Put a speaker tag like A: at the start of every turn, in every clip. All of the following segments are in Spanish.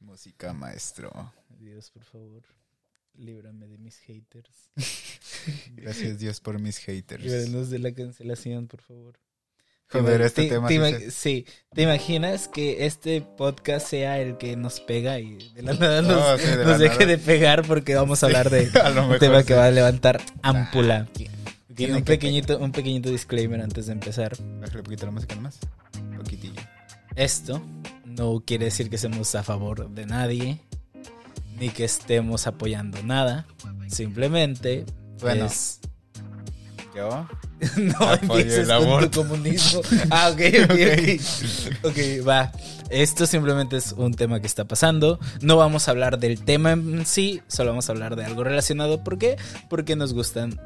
A: Música, maestro.
B: Dios, por favor, líbrame de mis haters.
A: Gracias Dios por mis haters.
B: Líbranos de la cancelación, por favor.
A: Joder,
B: Te-
A: este
B: te-
A: tema
B: te
A: sí
B: ima-
A: se-
B: sí, ¿te imaginas que este podcast sea el que nos pega y de la nada nos,
A: No, sí, de la
B: nos deje
A: nada.
B: de pegar porque vamos a hablar de
A: a lo
B: un
A: mejor
B: tema que
A: sí. Ah,
B: va a levantar ámpula? Y
A: tiene
B: un
A: que
B: pequeñito, un pequeñito disclaimer antes de empezar.
A: Bájale un poquito la música nomás. Poquitillo.
B: Esto no quiere decir que estemos a favor de nadie, ni que estemos apoyando nada. Simplemente
A: Bueno.
B: es-
A: Yo.
B: no
A: Apoyo
B: empieces
A: el
B: con tu
A: aborto.
B: comunismo. Ah, ok, ok, ok. Ok, va. Esto simplemente es un tema que está pasando. No vamos a hablar del tema en sí, solo vamos a hablar de algo relacionado. ¿Por qué? Porque nos gustan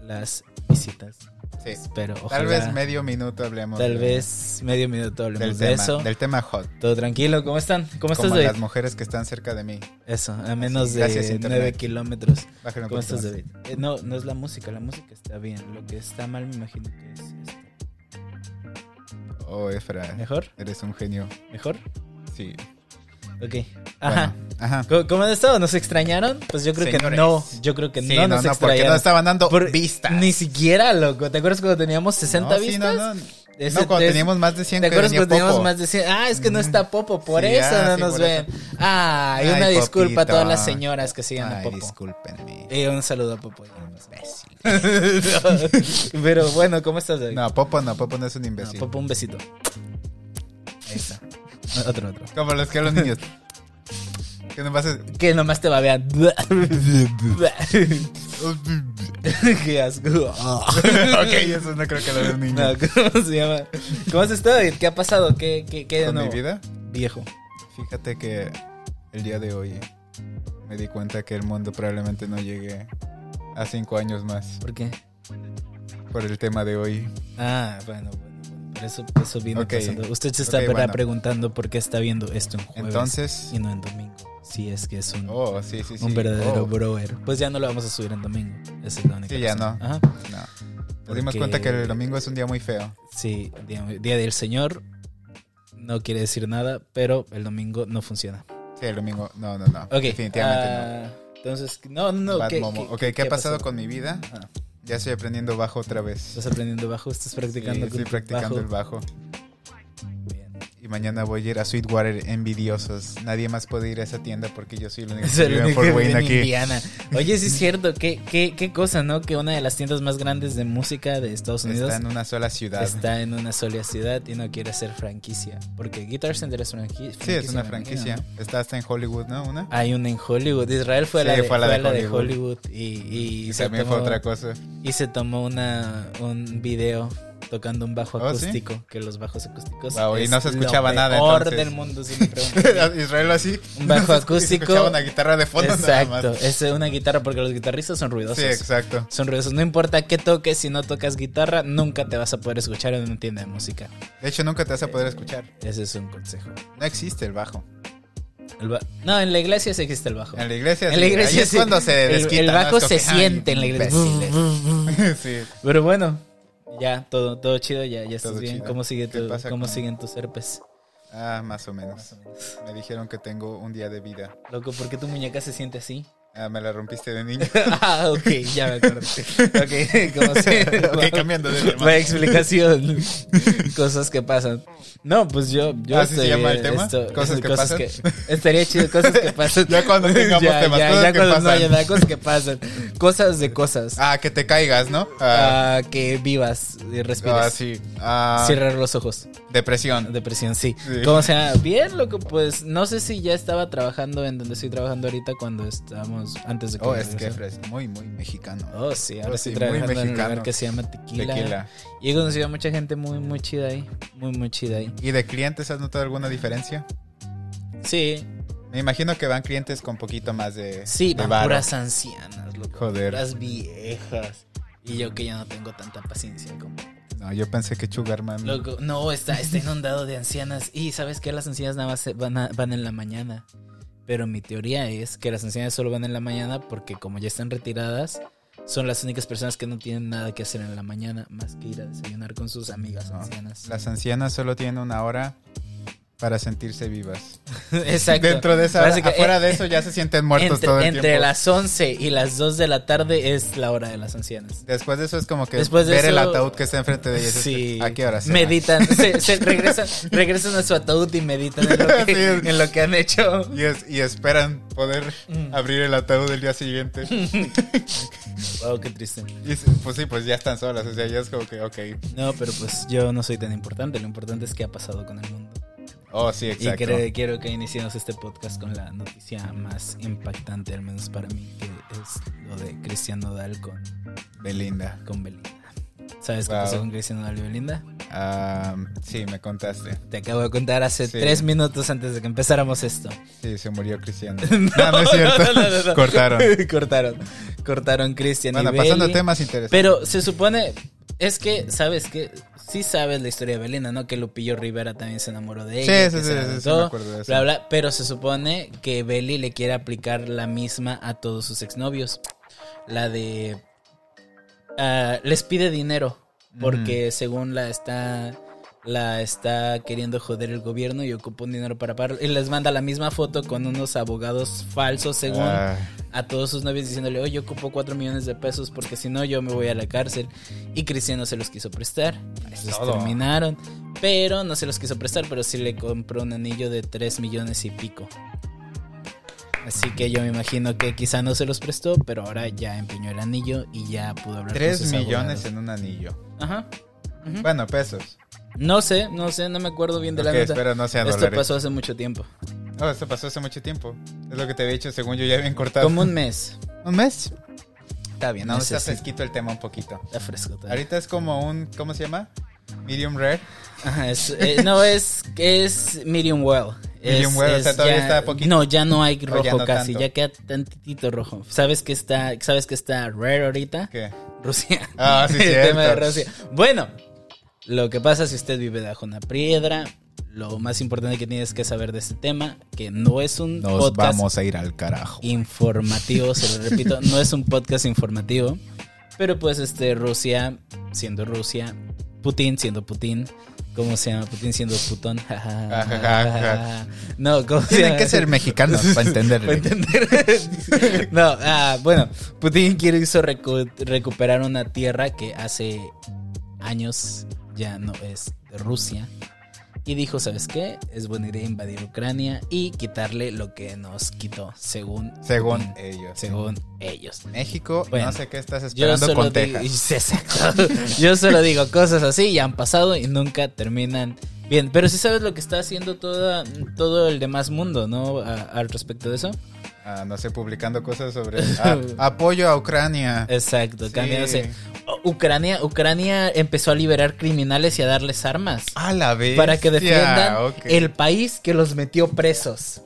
B: las visitas.
A: Sí.
B: Pero
A: Tal
B: ojalá-
A: vez medio minuto hablemos.
B: Tal
A: de-
B: vez medio minuto hablemos
A: del
B: de
A: tema,
B: eso.
A: Del tema hot.
B: Todo tranquilo, ¿cómo están? ¿Cómo estás,
A: como
B: David?
A: las mujeres que están cerca de mí.
B: Eso, a menos
A: Así,
B: de
A: gracias, internet.
B: 9 kilómetros.
A: Bájale un
B: ¿Cómo
A: poquito
B: estás,
A: más.
B: David? Eh, no, no es la música, la música está bien. Lo que está mal me imagino que es esto.
A: Oh, Efra.
B: ¿Mejor?
A: Eres un genio.
B: ¿Mejor?
A: Sí.
B: Ok. Ajá.
A: Bueno, ajá.
B: ¿Cómo- ¿Cómo han estado? ¿Nos extrañaron? Pues yo creo que
A: Señores.
B: no. Yo creo que
A: Sí,
B: no
A: no,
B: nos
A: no, porque no
B: extrañaron.
A: estaban dando
B: Por-
A: vistas.
B: Ni siquiera, loco. ¿Te acuerdas cuando teníamos 60
A: No, sí,
B: vistas?
A: no, no.
B: Ese-
A: No, cuando
B: es-
A: teníamos más de 100
B: ¿Te
A: que
B: acuerdas
A: venía
B: cuando teníamos
A: Popo.
B: más de 100? Ah, es que no está Popo, por
A: Sí,
B: eso
A: ah,
B: no
A: sí,
B: nos
A: por
B: ven. Ah, y
A: Ay,
B: una disculpa a todas
A: Popito.
B: las señoras que siguen a
A: Ay,
B: Popo.
A: discúlpenme.
B: Eh, un saludo a Popo. ya no sé. Pero bueno, ¿cómo estás, David?
A: No, pues Popo no, Popo no es un
B: No,
A: imbécil.
B: Popo, un besito. Ahí está. Otro, otro.
A: Como los que a los niños. que nomás es-
B: Que nomás te babean. Qué asco.
A: ok, eso no creo que lo vea un niño.
B: No, ¿Cómo se llama? ¿Cómo has estado? David? ¿Qué ha pasado? ¿Qué, qué, qué de
A: Con mi
B: nuevo?
A: vida,
B: Viejo.
A: fíjate que el día de hoy me di cuenta que el mundo probablemente no llegue a cinco años más
B: ¿Por qué?
A: por el tema de hoy.
B: Ah, bueno, bueno. bueno, Pero eso, eso viene
A: Ok.
B: pasando. Usted se está
A: Ok,
B: para-
A: bueno.
B: preguntando por qué está viendo esto en jueves
A: Entonces,
B: y no en domingo. Si es que es un,
A: oh, sí, sí, sí.
B: un verdadero
A: oh,
B: broer. Pues ya no lo vamos a subir en domingo. Esa es la única
A: Sí, ya
B: razón.
A: no.
B: Ajá.
A: No. Nos dimos
B: Porque-
A: cuenta que el domingo es un día muy feo.
B: Sí, día, Día del Señor no quiere decir nada, pero el domingo no funciona.
A: Sí, el domingo, no, no, no.
B: Ok.
A: Definitivamente no.
B: ah, Entonces, no, no,
A: Bad
B: ¿qué,
A: Momo.
B: qué-
A: ok,
B: qué-
A: ¿qué,
B: qué
A: ha pasado con mi vida?
B: Ajá.
A: Ya estoy aprendiendo bajo otra vez.
B: Estás aprendiendo bajo, estás practicando.
A: Sí, estoy
B: con tu
A: practicando el
B: bajo?
A: bajo.
B: Bien.
A: Y mañana voy a ir a Sweetwater envidiosos. Nadie más puede ir a esa tienda porque yo soy el único
B: Es
A: que
B: el
A: vive en
B: único
A: Fort
B: que
A: Wayne
B: vive en
A: aquí.
B: Indiana. Oye, sí es cierto, qué, qué, qué cosa, ¿no? Que una de las tiendas más grandes de música de Estados Unidos
A: Está en una sola ciudad.
B: está en una sola ciudad y no quiere ser franquicia. Porque Guitar Center es una franqui- franquicia. Ah,
A: Sí, es una
B: me imagino,
A: franquicia.
B: ¿no?
A: Está hasta en Hollywood, ¿no? Una.
B: Hay una en Hollywood. Israel fue, a la,
A: Sí,
B: de, fue a la de Hollywood. y, y
A: Y
B: se
A: también fue
B: tomó-
A: otra cosa.
B: Y se tomó una, un video tocando un bajo
A: Oh, ¿sí?
B: acústico, que los bajos acústicos.
A: Wow, y
B: es
A: no se escuchaba
B: lo
A: nada,
B: peor
A: entonces.
B: del mundo, si me preguntan.
A: Israel así.
B: Un bajo
A: Y se
B: acústico.
A: Escuchaba una guitarra de fondo nada
B: Exacto,
A: más.
B: es una guitarra, porque los guitarristas son ruidosos.
A: Sí, exacto.
B: son ruidosos. No importa qué toques, si no tocas guitarra, nunca te vas a poder escuchar en una tienda de música.
A: De hecho, nunca te vas a poder escuchar.
B: Ese es un consejo.
A: No existe el bajo.
B: El ba- No, en la iglesia sí existe el bajo.
A: En la iglesia,
B: En
A: sí.
B: la iglesia
A: Ahí es
B: sí.
A: cuando se
B: El-
A: desquita.
B: el
A: ¿no?
B: bajo
A: Es como
B: se
A: que, "Ay,
B: siente en la iglesia.
A: imbéciles". sí.
B: Pero bueno, ya, todo, todo chido, ya, ya estás
A: Todo
B: bien.
A: chido.
B: ¿Cómo, sigue
A: ¿Qué
B: tu-
A: pasa
B: cómo
A: con-
B: siguen tus herpes?
A: Ah, más o menos. Me dijeron que tengo un día de vida.
B: Loco, ¿por qué tu muñeca se siente así?
A: Ah, me la rompiste de niño.
B: ah, ok, ya me acuerdo. Ok, como se...
A: ok, cambiando de tema.
B: La explicación. cosas que pasan. No, pues yo. yo
A: ¿Así Ah, se
B: estoy
A: llama el
B: bien,
A: tema? ¿Cosas que pasan?
B: que- estaría chido, cosas que pasan.
A: Ya cuando tengamos temas, cosas que
B: cuando- no,
A: pasan.
B: ya, ya, cosas que pasan. Cosas de cosas.
A: Ah, que te caigas, ¿no? Ah,
B: Ah, que vivas y respires.
A: ah, sí. Ah,
B: Cerrar los ojos.
A: depresión.
B: Depresión, sí.
A: Sí.
B: ¿Cómo se llama? Bien, loco, pues no sé si ya estaba trabajando en donde estoy trabajando ahorita cuando estábamos antes de
A: Oh, es que Efra
B: regresara.
A: es muy, muy mexicano.
B: Oh, sí, ahora
A: Oh,
B: estoy
A: sí, muy
B: trabajando en un lugar
A: mexicano.
B: que se llama Tequila.
A: Tequila.
B: Y he conocido a mucha gente muy, muy chida ahí. Muy, muy chida ahí.
A: ¿Y de clientes has notado alguna diferencia?
B: Sí,
A: Me imagino que van clientes con poquito más de.
B: sí,
A: de
B: van
A: varo.
B: puras ancianas, loco.
A: Joder.
B: Puras viejas. Y yo que ya no tengo tanta paciencia como.
A: No, yo pensé que Sugar Mami.
B: Loco, no, está, está inundado de ancianas. Y sabes que las ancianas nada más se- van, a- van en la mañana. Pero mi teoría es que las ancianas solo van en la mañana porque, como ya están retiradas, son las únicas personas que no tienen nada que hacer en la mañana más que ir a desayunar con sus amigas
A: No.
B: ancianas.
A: Las ancianas solo tienen una hora para sentirse vivas.
B: Exacto.
A: Dentro de esa,
B: Parece que-
A: afuera
B: eh,
A: de eso ya se sienten muertos
B: entre,
A: todo el
B: entre
A: tiempo.
B: las 11 y las 2 de la tarde es la hora de las ancianas.
A: Después de eso es como que
B: Después de
A: ver el
B: eso-
A: ataúd que está enfrente de ellos.
B: Sí.
A: ¿A qué hora será?
B: Meditan, se, se regresan, regresan a su ataúd y meditan en lo que,
A: Sí es.
B: en lo que han hecho.
A: Y, es- y esperan poder
B: Mm.
A: abrir el ataúd el día siguiente.
B: Wow, qué triste.
A: Y s- pues sí, pues ya están solas. O sea, ya es como que, ok.
B: No, pero pues yo no soy tan importante. Lo importante es qué ha pasado con el mundo.
A: Oh, sí, exacto.
B: Y cre- quiero que iniciemos este podcast con la noticia más impactante, al menos para mí, que es lo de Cristian Nodal con,
A: Belinda.
B: con Belinda. ¿Sabes qué
A: Wow.
B: pasó con Cristian Nodal y Belinda?
A: Ah, sí, me contaste.
B: Te acabo de contar hace
A: Sí.
B: tres minutos antes de que empezáramos esto.
A: Sí, se murió Cristiano. no, no es cierto.
B: no, no, no.
A: Cortaron.
B: cortaron. Cortaron Cristian
A: Bueno,
B: y
A: pasando a
B: Beli.
A: temas interesantes.
B: Pero se supone, es que, ¿sabes que Sí sabes la historia de Belinda, ¿no? Que Lupillo Rivera también se enamoró de ella.
A: Sí, sí,
B: que
A: sí,
B: se
A: sí, sí,
B: aventó,
A: me acuerdo de eso.
B: bla, bla. pero se supone que Beli le quiere aplicar la misma a todos sus exnovios. La de... ah, les pide dinero porque según la está... La está queriendo joder el gobierno y ocupa un dinero para pagar. Y les manda la misma foto con unos abogados falsos, según
A: Ah,
B: a todos sus novios diciéndole, oye, ocupo 4 millones de pesos porque si no yo me voy a la cárcel. Y Cristiano se los quiso prestar. Entonces
A: todo.
B: terminaron. Pero no se los quiso prestar, pero sí le compró un anillo de 3 millones y pico. Así que yo me imagino que quizá no se los prestó, pero ahora ya empeñó el anillo y ya pudo hablar con sus
A: tres millones
B: abogados.
A: en un anillo.
B: Ajá. Ujú.
A: Bueno, pesos.
B: No sé, no sé, no me acuerdo bien de
A: Ok,
B: la nota.
A: espero no sean
B: Esto
A: dólares.
B: pasó hace mucho tiempo.
A: Oh, esto pasó hace mucho tiempo. Es lo que te había dicho, según yo ya habían cortado.
B: Como un mes.
A: ¿Un mes?
B: Está bien,
A: No,
B: no
A: está
B: sé si
A: fresquito el tema un poquito.
B: está fresco todavía.
A: Ahorita es como un, ¿cómo se llama? Medium rare.
B: Ajá, es- eh, no, es, es medium well. Es-
A: Medium well, o
B: es
A: sea, todavía
B: ya-
A: está poquito.
B: No, ya no hay
A: ya
B: rojo
A: no
B: casi,
A: tanto.
B: ya queda tantitito rojo. ¿Sabes que está, sabes que está rare ahorita?
A: ¿Qué?
B: Rusia.
A: Ah, sí,
B: El tema de
A: cierto.
B: Rusia. Bueno, lo que pasa si usted vive bajo una piedra, lo más importante que tienes que saber de este tema, que no es un podcast
A: a ir al carajo.
B: informativo, se lo repito, no es un podcast informativo, pero pues este Rusia siendo Rusia, Putin siendo Putin, ¿cómo se llama? Putin siendo putón.
A: Ajajaja.
B: no, ¿cómo se
A: Tienen
B: llama?
A: que ser mexicanos para
B: Para
A: entenderlo.
B: entender. no, ah, bueno, Putin quiere hizo recu- recuperar una tierra que hace años ya no es de Rusia. Y dijo, ¿sabes qué? Es buena idea invadir Ucrania y quitarle lo que nos quitó, según,
A: Según
B: Putin,
A: ellos.
B: según ellos.
A: México,
B: Bueno,
A: no sé qué estás
B: Yo
A: esperando
B: solo,
A: con
B: digo,
A: Texas.
B: Exacto. Yo solo digo cosas así y han pasado y nunca terminan bien. Pero sí sabes lo que está haciendo toda, todo el demás mundo, ¿no? A- al respecto de eso.
A: Ah, no sé, publicando cosas sobre ah, apoyo a Ucrania.
B: Exacto,
A: Sí.
B: cambiándose. U- Ucrania, Ucrania empezó a liberar criminales y a darles armas
A: A la vez.
B: para que defiendan el país que los metió presos.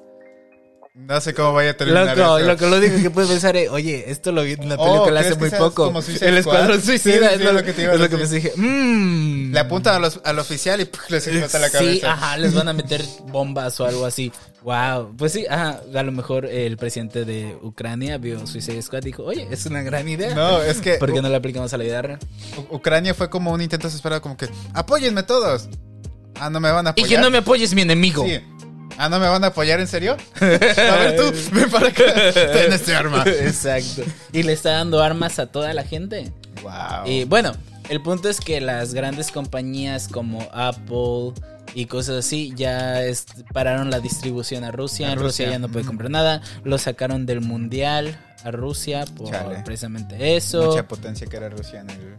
A: No sé cómo vaya a terminar
B: Loco,
A: esto.
B: loco, lo único que puedes pensar es, oye, esto lo vi en la
A: Oh,
B: película
A: ¿crees
B: hace
A: que
B: muy
A: sea
B: poco.
A: como Suicide
B: El
A: Squad?
B: escuadrón suicida
A: Sí,
B: es
A: sí,
B: lo,
A: lo que te iba a
B: es lo que
A: decir.
B: pensé, dije, mmm.
A: Le apuntan a los- al oficial y ¡puc! les explota la cabeza.
B: Sí, ajá, les van a meter bombas o algo así. Wow. Pues sí, ajá, a lo mejor el presidente de Ucrania vio Suicide Squad y dijo, oye, es una gran idea.
A: No, es que
B: ¿Por qué no la aplicamos a la vida real?
A: U- Ucrania fue como un intento desesperado, como que apóyenme todos. Ah, no me van a
B: Y
A: apoyar.
B: que no me apoyes mi enemigo.
A: Sí. Ah, no me van a apoyar, ¿en serio? A ver tú, ven para acá. Ten este arma.
B: Exacto. Y le está dando armas a toda la gente.
A: Wow.
B: Y bueno, el punto es que las grandes compañías como Apple y cosas así ya es- pararon la distribución a Rusia.
A: A
B: Rusia.
A: Rusia.
B: ya no puede
A: Ujú.
B: comprar nada. Lo sacaron del mundial a Rusia por
A: Chale.
B: precisamente eso.
A: Mucha potencia que era Rusia en el.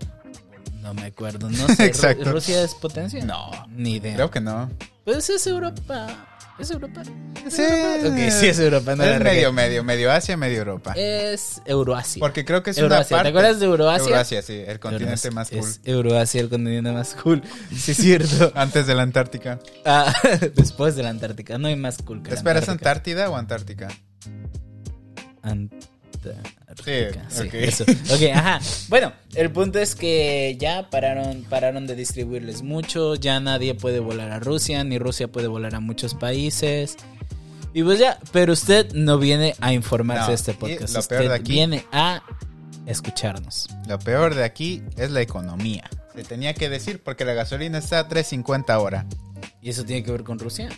B: No me acuerdo, no sé.
A: Exacto.
B: ¿Ru- ¿Rusia es potencia?
A: No.
B: Ni idea.
A: Creo que no.
B: Pues es Europa. ¿Es Europa? ¿Es
A: Sí.
B: Europa? Ok, sí es Europa, no la
A: es
B: regué.
A: medio, medio, medio Asia, medio Europa.
B: Es Euroasia.
A: Porque creo que es una
B: Euroasia.
A: parte.
B: ¿Te acuerdas de Euroasia?
A: Euroasia, sí, el continente
B: Euroasia
A: más cool.
B: Es Euroasia, el continente más cool. Sí, es cierto.
A: Antes de la Antártica.
B: Ah, después de la Antártica. No hay más cool que la
A: Espera, ¿es
B: Antártica.
A: Antártida o Antártica?
B: Antártica.
A: Sí,
B: Sí,
A: ok.
B: eso. Ok, ajá. Bueno, el punto es que ya pararon, pararon de distribuirles mucho. Ya nadie puede volar a Rusia, ni Rusia puede volar a muchos países. Y pues ya, pero usted no viene a informarse
A: No,
B: de este
A: y
B: podcast.
A: lo peor
B: usted
A: de aquí-
B: viene a escucharnos.
A: Lo peor de aquí es la economía. Se tenía que decir porque la gasolina está a 3.50 ahora.
B: ¿Y eso tiene que ver con Rusia?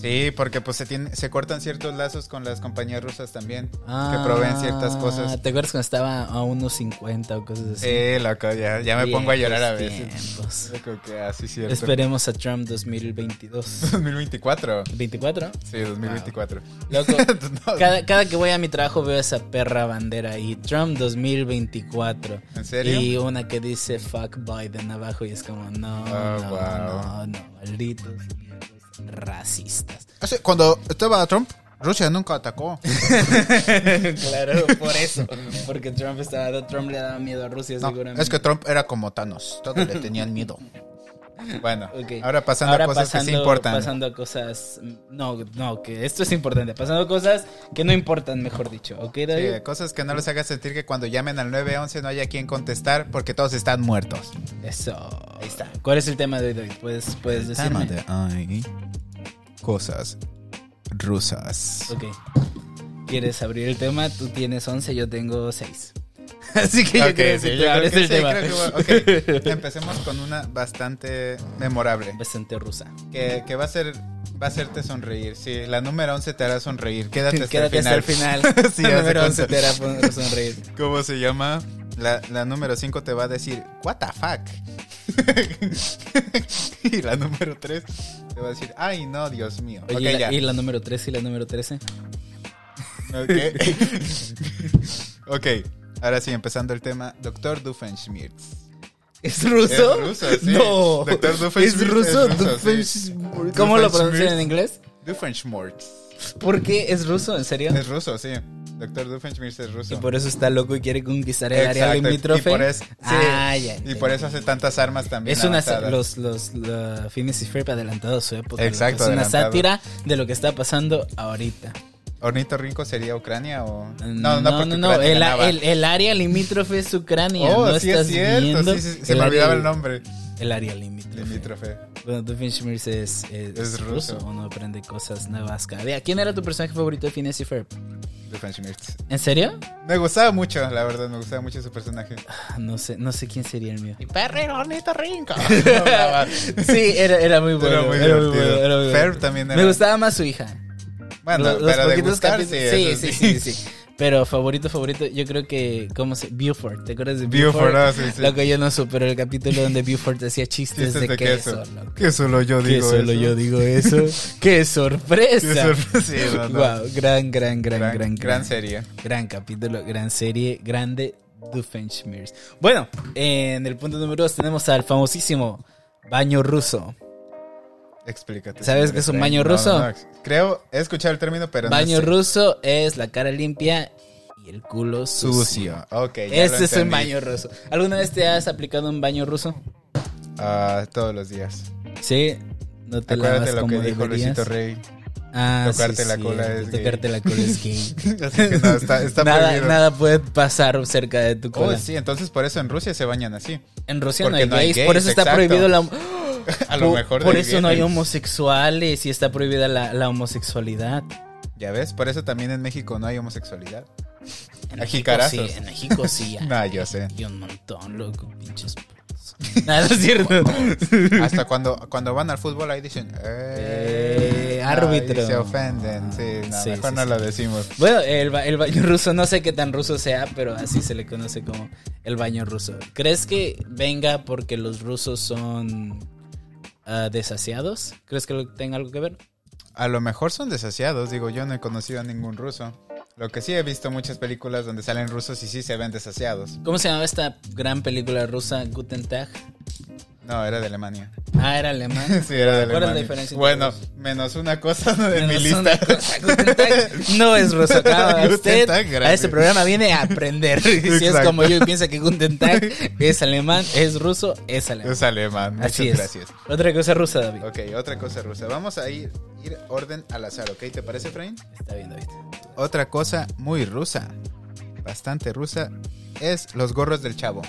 A: Sí, porque pues se, tiene, se cortan ciertos lazos con las compañías rusas también,
B: Ah,
A: que proveen ciertas cosas.
B: ¿Te acuerdas cuando estaba a unos 50 o cosas así?
A: Sí, loco, ya, ya me pongo a llorar a
B: Viejos
A: veces.
B: tiempos.
A: Loco, que así cierto.
B: Esperemos a Trump 2022.
A: 2024.
B: ¿24?
A: Sí, 2024.
B: Loco,
A: No,
B: cada, cada que voy a mi trabajo veo esa perra bandera ahí, Trump 2024.
A: ¿En serio?
B: Y una que dice fuck Biden abajo y es como, no,
A: Ah,
B: no,
A: wow.
B: no, no, malditos viejos racistas.
A: Hace- Cuando estaba Trump, Rusia nunca atacó.
B: claro, por eso. Porque Trump estaba, Trump le daba miedo a Rusia
A: No,
B: seguramente.
A: es que Trump era como Thanos. Todos le tenían miedo. Bueno,
B: Ok.
A: ahora pasando
B: Ahora
A: a cosas que sí importan.
B: Pasando a cosas. No, no, que esto es importante. Pasando a cosas que no importan, mejor dicho. ¿Ok,
A: Sí,
B: David?
A: cosas que no les haga sentir que cuando llamen al 911 no haya quien contestar porque todos están muertos.
B: Eso. Ahí está. ¿Cuál es el tema de hoy, David? Puedes, puedes decirme.
A: Tema de hoy, cosas rusas.
B: Ok. ¿Quieres abrir el tema? Tú tienes 11, yo tengo 6. Así que yo
A: Ok,
B: creo
A: sí, yo
B: que tú
A: creo
B: abres
A: que
B: el
A: sí,
B: tema.
A: creo que voy- ok. Empecemos con una bastante memorable.
B: Bastante rusa.
A: Que, que va a ser va a hacerte sonreír. Sí, la número 11 te hará sonreír. Quédate hasta
B: Quédate
A: el final.
B: hasta el final.
A: Sí,
B: La
A: ya
B: número
A: sé
B: 11
A: cuánto.
B: te hará pon- sonreír.
A: ¿Cómo se llama? La, la número 5 te va a decir, ¿What the fuck? y la número 3 te va a decir, ¡Ay, no, Dios mío!
B: Oye,
A: Ok,
B: y, la,
A: ya.
B: y la número 13 y la número 13.
A: Ok. ok, ahora sí, empezando el tema. Doctor Doofenshmirtz.
B: ¿Es ruso?
A: Es ruso, sí.
B: No.
A: Doctor
B: ¿Es
A: Doofenshmirtz
B: ruso?
A: es ruso,
B: Doofenshmirtz.
A: sí.
B: ¿Cómo lo
A: Doofenshmirtz.
B: pronuncian en inglés?
A: Doofenshmirtz.
B: ¿Por qué es ruso? ¿En serio?
A: Es ruso, sí. Doctor Doofenshmirtz es ruso.
B: Y por eso está loco y quiere conquistar el área
A: Exacto, y
B: limítrofe.
A: por eso- sí.
B: Ah, ya
A: Y
B: entendí.
A: por eso hace tantas armas también.
B: Es una sa-
A: avanzadas.
B: los los la Phineas y Ferb ¿eh? adelantado a su época.
A: Exacto,
B: loco. Es una
A: adelantado.
B: sátira de lo que está pasando ahorita.
A: ¿Ornitorrinco sería Ucrania o...?
B: No, Mm, no, no,
A: Ucrania
B: El,
A: ganaba.
B: el- el área limítrofe es Ucrania.
A: Oh,
B: ¿no
A: sí
B: estás
A: es cierto,
B: viendo?
A: sí, sí, sí, se
B: El
A: me
B: área-
A: olvidaba el nombre.
B: El área limítrofe.
A: Limítrofe.
B: Bueno, Doofenshmirtz es, es,
A: Es ruso.
B: ruso. Uno aprende cosas nuevas cada día. ¿Quién era tu personaje favorito de Phineas y Ferb?
A: Doofenshmirtz.
B: ¿En serio?
A: Me gustaba mucho, la verdad, me gustaba mucho su personaje.
B: Ah, No sé, no sé quién sería el mío.
A: Perro ornitorrinco.
B: Sí, era, era muy bueno.
A: era muy
B: era muy
A: divertido.
B: bueno, era muy bueno.
A: Ferb también era.
B: Me gustaba más su hija.
A: Bueno,
B: Los- los
A: pero de
B: poquitos
A: gustar, sí,
B: capítulos-
A: eso
B: sí, sí, sí, sí. Pero favorito, favorito, yo creo que. ¿Cómo se.? Buford, ¿te acuerdas de Buford?
A: Buford, ah, sí, sí.
B: Lo que yo no supero el capítulo donde Buford hacía chistes
A: Chistes
B: de,
A: de
B: queso.
A: queso.
B: loco.
A: Que solo yo
B: Que
A: digo
B: solo
A: eso.
B: yo digo eso. ¡Qué sorpresa!
A: Qué sorpresa. Sí, no, no.
B: Wow, gran, gran,
A: Gran,
B: gran, gran, gran,
A: gran serie.
B: gran capítulo, gran serie, grande Doofenshmirtz. Bueno, en el punto número dos tenemos al famosísimo baño ruso.
A: Explícate.
B: ¿Sabes
A: señor
B: qué es un
A: Frank.
B: baño
A: No,
B: ruso?
A: no, no, Creo, he escuchado el término, pero no
B: baño
A: sé.
B: ruso es la cara limpia y el culo sucio.
A: Sucio. Ok, ya lo
B: Este es un
A: entendí.
B: baño ruso. ¿Alguna vez te has aplicado un baño ruso?
A: Ah, todos los días.
B: Sí. No te
A: Acuérdate
B: lavas
A: lo
B: como
A: que dijo
B: deberías.
A: Luisito Rey.
B: Ah,
A: Tocarte
B: sí,
A: la cola
B: cierto,
A: es gay.
B: Tocarte la cola es gay.
A: Así que no, está, está
B: nada,
A: prohibido.
B: nada puede pasar cerca de tu
A: Oh,
B: cola.
A: sí, entonces por eso en Rusia se bañan así.
B: En Rusia no
A: Porque
B: hay,
A: no hay
B: gays,
A: gays,
B: por eso está
A: exacto.
B: prohibido la...
A: A lo
B: por,
A: mejor
B: Por
A: de
B: eso no hay
A: gays.
B: homosexuales y está prohibida la, la homosexualidad.
A: Ya ves, por eso también en México no hay homosexualidad.
B: En
A: A
B: México
A: jicarazos.
B: sí, en México sí. hay.
A: No, yo sé.
B: Y un montón, loco, pinches putos. Nada, no es cierto.
A: Hasta cuando, cuando van al fútbol ahí dicen, eh,
B: Eh, árbitro.
A: ahí se ofenden, sí, no,
B: Sí,
A: mejor
B: sí,
A: no
B: sí.
A: lo decimos.
B: Bueno, el, ba- el baño ruso, no sé qué tan ruso sea, pero así se le conoce como el baño ruso. ¿Crees que venga porque los rusos son ah, desasiados? ¿Crees que lo- tenga algo que ver?
A: A lo mejor son desasiados, digo, yo no he conocido a ningún ruso. Lo que sí he visto muchas películas donde salen rusos y sí se ven desasiados.
B: ¿Cómo se llamaba esta gran película rusa, Guten Tag?
A: No, era de Alemania.
B: Ah, era alemán.
A: Sí, era de
B: ¿Cuál es la
A: Alemania.
B: diferencia entre
A: bueno,
B: los-
A: menos una cosa de mi
B: Menos
A: lista.
B: una cosa, Guten Tag no es ruso. Acaba
A: Guten
B: usted
A: Tag, gracias.
B: a este programa viene a aprender. si es
A: Exacto.
B: como yo y piensa que Guten Tag es alemán, es ruso, es alemán.
A: Es alemán, muchas
B: Así es.
A: gracias.
B: Otra cosa rusa, David.
A: Ok, otra cosa rusa. Vamos a ir, ir orden al azar, ¿ok? ¿Te parece, Frain?
B: Está bien, David.
A: Otra cosa muy rusa, bastante rusa, es los gorros del chavo.